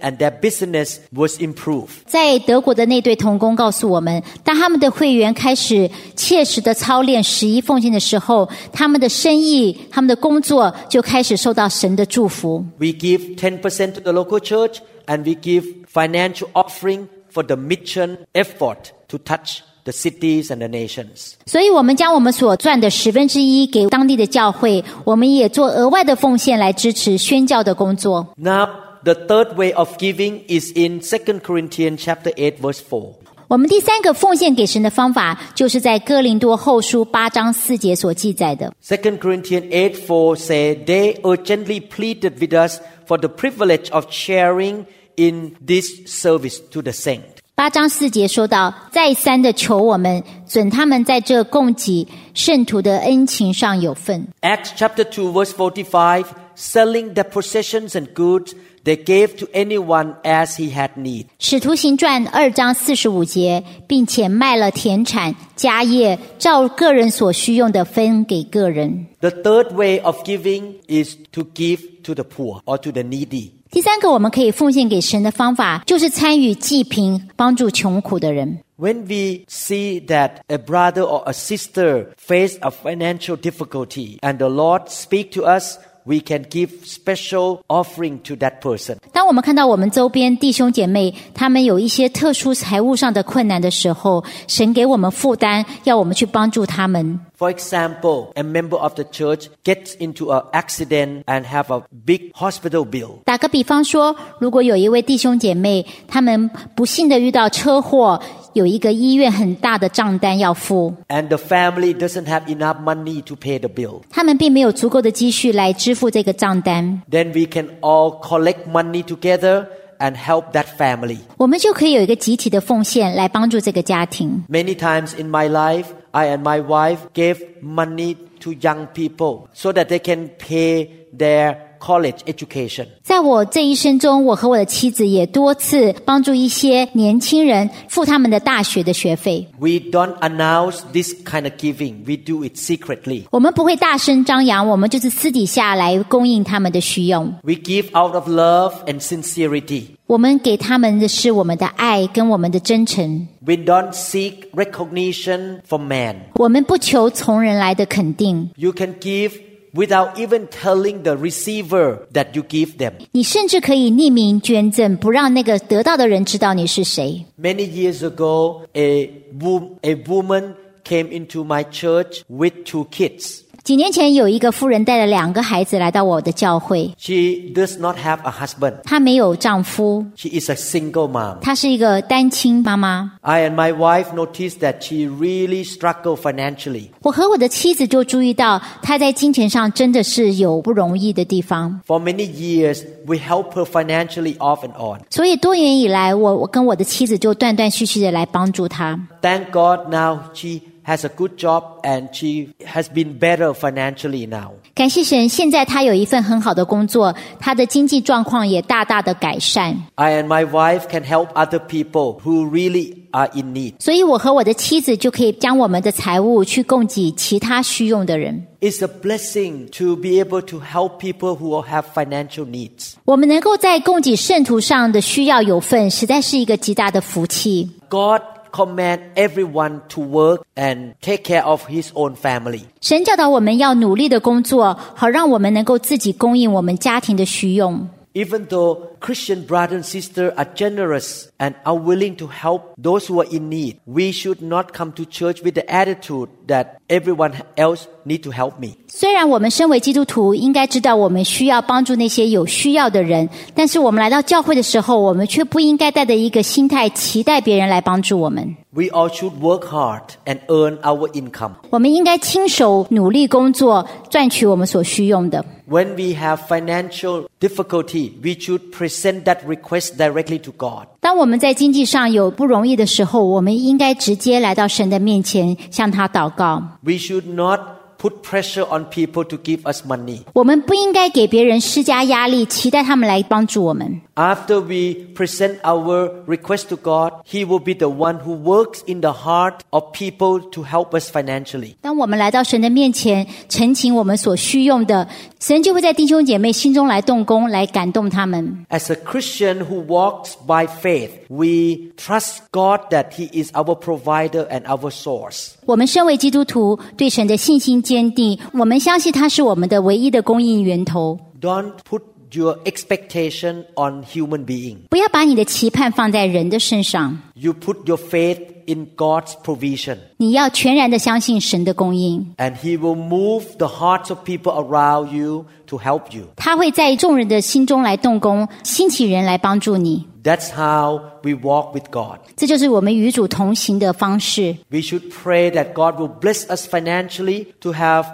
A: and their business was improved.
B: 在德国的那对童工告诉我们，当他们的会员开始切实的操练十一奉献的时候，他们的生意、他们的工作就开始受到神的祝福。
A: We give 10% to the local church and we give financial offering for the mission effort to touch the cities and the nations.
B: 所以，我们将我们所赚的十分之一给当地的教会，我们也做额外的奉献来支持宣教的工作。
A: Now, the third way of giving is in 2 Corinthians chapter 8 verse 4.
B: 我们第三个奉献给神的方法，就是在哥林多后书八章四节所记载的。
A: 2 Corinthians 8 4 say, They urgently pleaded with us for the privilege of sharing in this service to the saint.
B: 八章四节说到：“再三的求我们，准他们在这供给圣徒的恩情上有份。
A: Acts chapter 2 verse 45, selling their possessions and goods, They gave to anyone as he had need.
B: 使徒行传二章四十五节，并且卖了田产家业，照个人所需用的分给个人。
A: The third way of giving is to give to the poor or to the needy.
B: 第三个，我们可以奉献给神的方法，就是参与济贫，帮助穷苦的人。
A: When we see that a brother or a sister face a financial difficulty and the Lord speak to us, we can give special offering to that person.
B: 当我们看到我们周边弟兄姐妹他们有一些特殊财务上的困难的时候，神给我们负担，要我们去帮助他们。
A: For example, a member of the church gets into an accident and have a big hospital bill.
B: 打个比方说，如果有一位弟兄姐妹，他们不幸的遇到车祸，有一个医院很大的账单要付，
A: And the family doesn't have enough money to pay the bill.
B: 他们并没有足够的积蓄来支付这个账单，
A: Then we can all collect money together and help that family.
B: 我们就可以有一个集体的奉献来帮助这个家庭。
A: Many times in my life, I and my wife gave money to young people so that they can pay their college education.
B: 在我这一生中，我和我的妻子也多次帮助一些年轻人付他们的大学的学费。
A: We don't announce this kind of giving. We do it secretly.
B: 我们不会大声张扬，我们就是私底下来供应他们的需用。
A: We give out of love and sincerity.
B: 我们给他们的是我们的爱跟我们的真诚。
A: We don't seek recognition from man.
B: 我们不求从人来的肯定，
A: You can give without even telling the receiver that you give them.
B: 你甚至可以匿名捐赠，不让那个得到的人知道你是谁。
A: Many years ago, a, wo- a woman came into my church with two kids.
B: 几年前，有一个妇人带了两个孩子来到我的教会，
A: She does not have a husband.
B: 她没有丈夫，
A: She is a single mom.
B: 她是一个单亲妈妈。
A: I and my wife noticed that she really struggled financially.
B: 我和我的妻子就注意到，她在金钱上真的是有不容易的地方。
A: For many years, we helped her financially off and on.
B: 所以多年以来，我我跟我的妻子就断断续续的来帮助她。
A: Thank God now she has a good job and she has been better financially now.
B: 感谢神，现在她有一份很好的工作，她的经济状况也大大的改善。
A: I and my wife can help other people who really are in need.
B: 所以我和我的妻子就可以将我们的财物去供给其他需用的人。
A: It's a blessing to be able to help people who have financial needs.
B: 我们能够在供给圣徒上的需要有份，实在是一个极大的福气。
A: God command everyone to work and take care of his own family.
B: 神教导我们要努力的工作，好让我们能够自己供应我们家庭的需用。
A: Even though Christian brothers and sisters are generous and are willing to help those who are in need, we should not come to church with the attitude that everyone else need to help me.
B: 虽然我们身为基督徒，应该知道我们需要帮助那些有需要的人，但是我们来到教会的时候，我们却不应该带着一个心态，期待别人来帮助我们。
A: We all should work hard and earn our income.
B: 我们应该亲手努力工作，赚取我们所需用的。
A: When we have financial difficulty, we should present that request directly to God.
B: 当我们在经济上有不容易的时候，我们应该直接来到神的面前，向他祷告。
A: We should not put pressure on people to give us money.
B: 我们不应该给别人施加压力，期待他们来帮助我们。
A: After we present our request to God, He will be the one who works in the heart of people to help us financially.
B: 当我们来到神的面前，陈情我们所需用的，神就会在弟兄姐妹心中来动工，来感动他们。
A: As a Christian who walks by faith, we trust God that He is our provider and our source.
B: 我们身为基督徒，对神的信心坚定，我们相信他是我们的唯一的供应源头。
A: Don't put your expectation on human being.
B: 不要把你的期盼放在人的身上，
A: You put your faith in God's provision
B: 你要全然的相信神的供应，
A: and He will move the hearts of people around you to help you.
B: 他会在众人的心中来动工，兴起人来帮助你。
A: That's how we walk with God.
B: 这就是我们与主同行的方式。
A: We should pray that God will bless us financially to have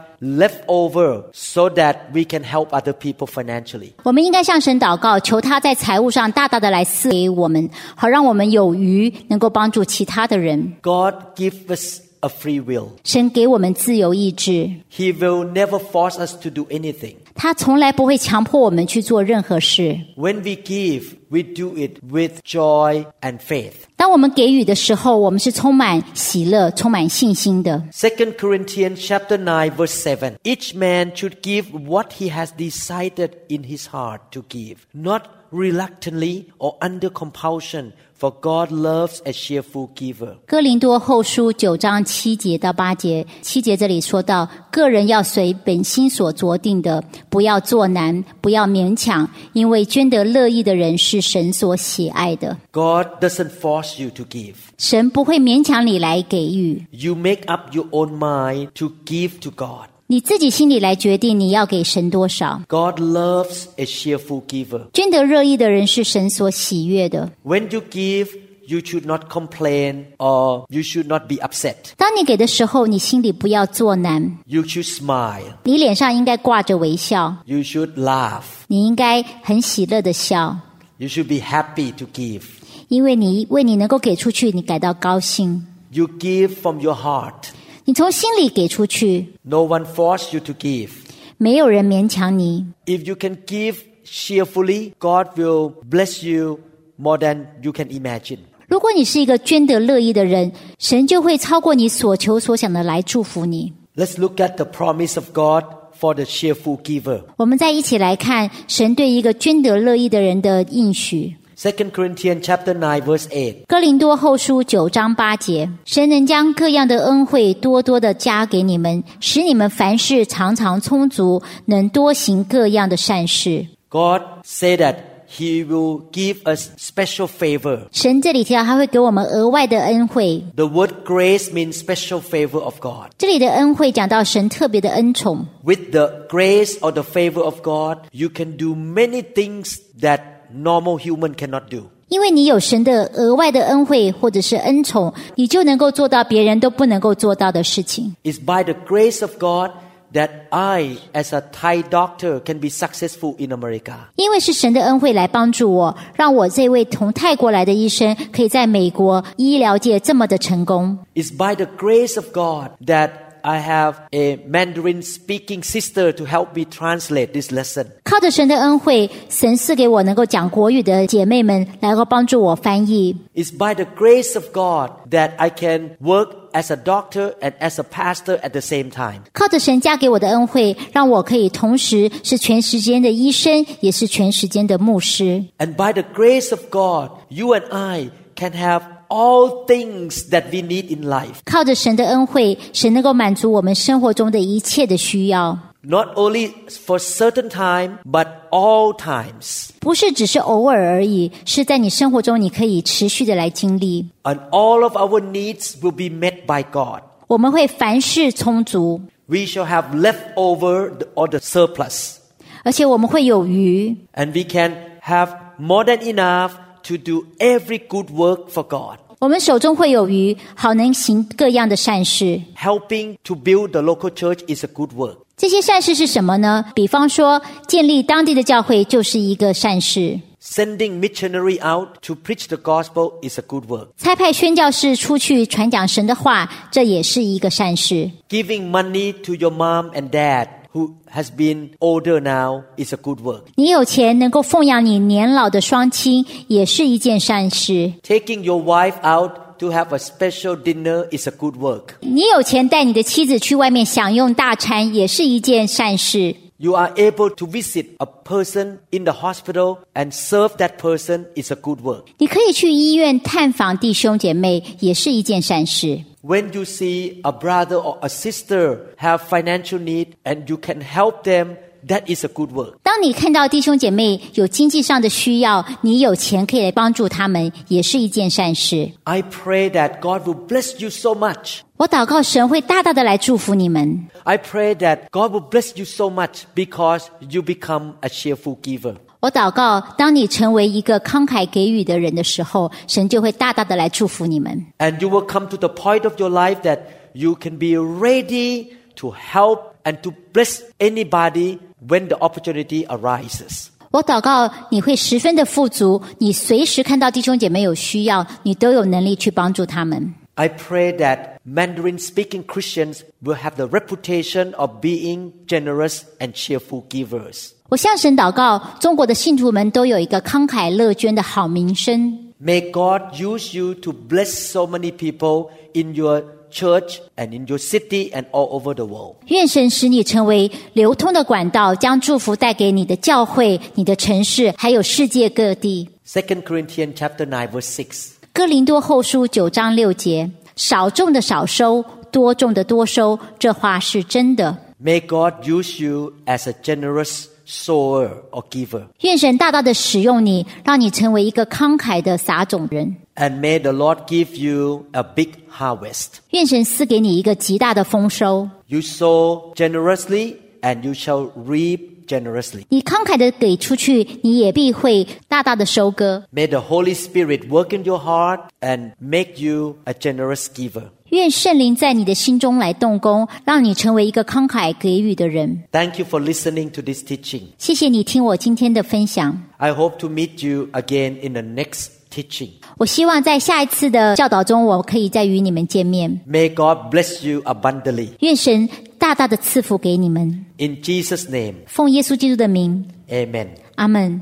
A: leftover so that we can help other people financially.
B: 我们应该向神祷告，求他在财务上大大的来赐给我们，好让我们有余，能够帮助其他的人。
A: God give us a free will.
B: 神给我们自由意志，
A: He will never force us to do anything.
B: 他从来不会强迫我们去做任何事。
A: When we give, we do it with joy and faith.
B: 当我们给予的时候，我们是充满喜乐、充满信心的。
A: 2 Corinthians chapter 9 verse 7 Each man should give what he has decided in his heart to give not reluctantly or under compulsion for God loves a cheerful giver
B: 哥林多后书九章七节到八节，七节这里说到，个人要随本心所酌定的，不要做难，不要勉强，因为捐得乐意的人是神所喜爱的。
A: God doesn't force you to give
B: 神不会勉强你来给予，
A: you make up your own mind to give to God
B: 你自己心里来决定你要给神多少。
A: God loves a cheerful giver
B: 捐得乐意的人是神所喜悦的。
A: when you give you should not complain or you should not be upset
B: 当你给的时候，你心里不要做难，
A: you should smile
B: 你脸上应该挂着微笑，
A: you should laugh
B: 你应该很喜乐的笑，
A: you should be happy to give
B: 因为你为你能够给出去，你感到高兴。
A: You give from your heart.
B: 你从心里给出去，
A: No one forced you to give.
B: 没有人勉强你。
A: If you can give cheerfully, God will bless you more than you can imagine.
B: 如果你是一个捐得乐意的人，神就会超过你所求所想的来祝福你。
A: Let's look at the promise of God for the cheerful giver.
B: 我们再一起来看神对一个捐得乐意的人的应许。
A: Second Corinthians chapter 9 verse 8.
B: 哥林多后书九章八节，神能将各样的恩惠多多的加给你们，使你们凡事常常充足，能多行各样的善事。
A: God said that he will give us special favor.
B: 神这里提到他会给我们额外的恩惠，
A: The word grace means special favor of God.
B: 这里的恩惠讲到神特别的恩宠，
A: With the grace or the favor of God, you can do many things that normal human cannot do.
B: 因为你有神的额外的恩惠或者是恩宠，你就能够做到别人都不能够做到的事情。
A: It's by the grace of God that I, as a Thai doctor, can be successful in America.
B: 因为是神的恩惠来帮助我，让我这位从泰国来的医生可以在美国医疗界这么的成功。
A: It's by the grace of God that I have a Mandarin speaking sister to help me translate this lesson.
B: 靠着神的恩惠，神赐给我能够讲国语的姐妹们，来够帮助我翻译。
A: It's by the grace of God that I can work as a doctor and as a pastor at the same time.
B: 靠着神加给我的恩惠，让我可以同时是全时间的医生，也是全时间的牧师。
A: And by the grace of God, you and I can have all things that we need in life.
B: 靠着神的恩惠，神能够满足我们生活中的一切的需要，
A: Not only for certain time, but all times.
B: 不是只是偶尔而已，是在你生活中你可以持续的来经历。
A: and all of our needs will be met by God.
B: 我们会凡事充足，
A: We shall have leftover or the surplus,
B: 而且我们会有余，
A: and we can have more than enough to do every good work for God,
B: 我们手中会有余，好能行各样的善事。
A: helping to build the local church is a good work.
B: 这些善事是什么呢？比方说，建立当地的教会就是一个善事；
A: Sending missionary out to preach the gospel is a good work.
B: 差派宣教士出去传讲神的话，这也是一个善事；
A: Giving money to your mom and dad who has been older now is a good work.
B: 你有钱能够奉养你年老的双亲，也是一件善事；
A: Taking your wife out to have a special dinner is a good work.
B: 你有钱带你的妻子去外面享用大餐，也是一件善事；
A: You are able to visit a person in the hospital and serve that person is a good work.
B: 你可以去医院探访弟兄姐妹，也是一件善事。
A: When you see a brother or a sister have financial need and you can help them, that is a good work.
B: 当你看到弟兄姐妹有经济上的需要，你有钱可以来帮助他们，也是一件善事。
A: I pray that God will bless you so much.
B: 我祷告神会大大的来祝福你们。
A: I pray that God will bless you so much because you become a cheerful giver.
B: 我祷告，当你成为一个慷慨给予的人的时候，神就会大大的来祝福你们。
A: And you will come to the point of your life that you can be ready to help and to bless anybody when the opportunity arises.
B: 我祷告你会十分的富足，你随时看到弟兄姐妹有需要，你都有能力去帮助他们。
A: I pray that Mandarin speaking Christians will have the reputation of being generous and cheerful givers.
B: 我向神祷告，中国的信徒们都有一个慷慨乐捐的好名声。
A: May God use you to bless so many people in your church and in your city and all over the world.
B: 愿神使你成为流通的管道，将祝福带给你的教会、你的城市，还有世界各地。
A: 2 Corinthians chapter 9 verse 6.
B: 哥林多后书九章六节：少种的少收，多种的多收，这话是真的。
A: May God use you as a generous sower or giver.
B: 愿神大大的使用你，让你成为一个慷慨的撒种人。
A: And may the Lord give you a big harvest.
B: 愿神赐给你一个极大的丰收。
A: You sow generously and you shall reap generously.
B: 你慷慨的给出去，你也必会大大的收割。
A: May the Holy Spirit work in your heart and make you a generous giver.
B: 愿圣灵在你的心中来动工，让你成为一个慷慨给予的人。
A: Thank you for listening to this teaching.
B: 谢谢你听我今天的分享。
A: I hope to meet you again in the next teaching.
B: 我希望在下一次的教导中，我可以再与你们见面。
A: May God bless you abundantly.
B: 愿神大大的赐福给你们，
A: In Jesus' name,
B: 奉耶稣基督的名，
A: amen.
B: 阿门。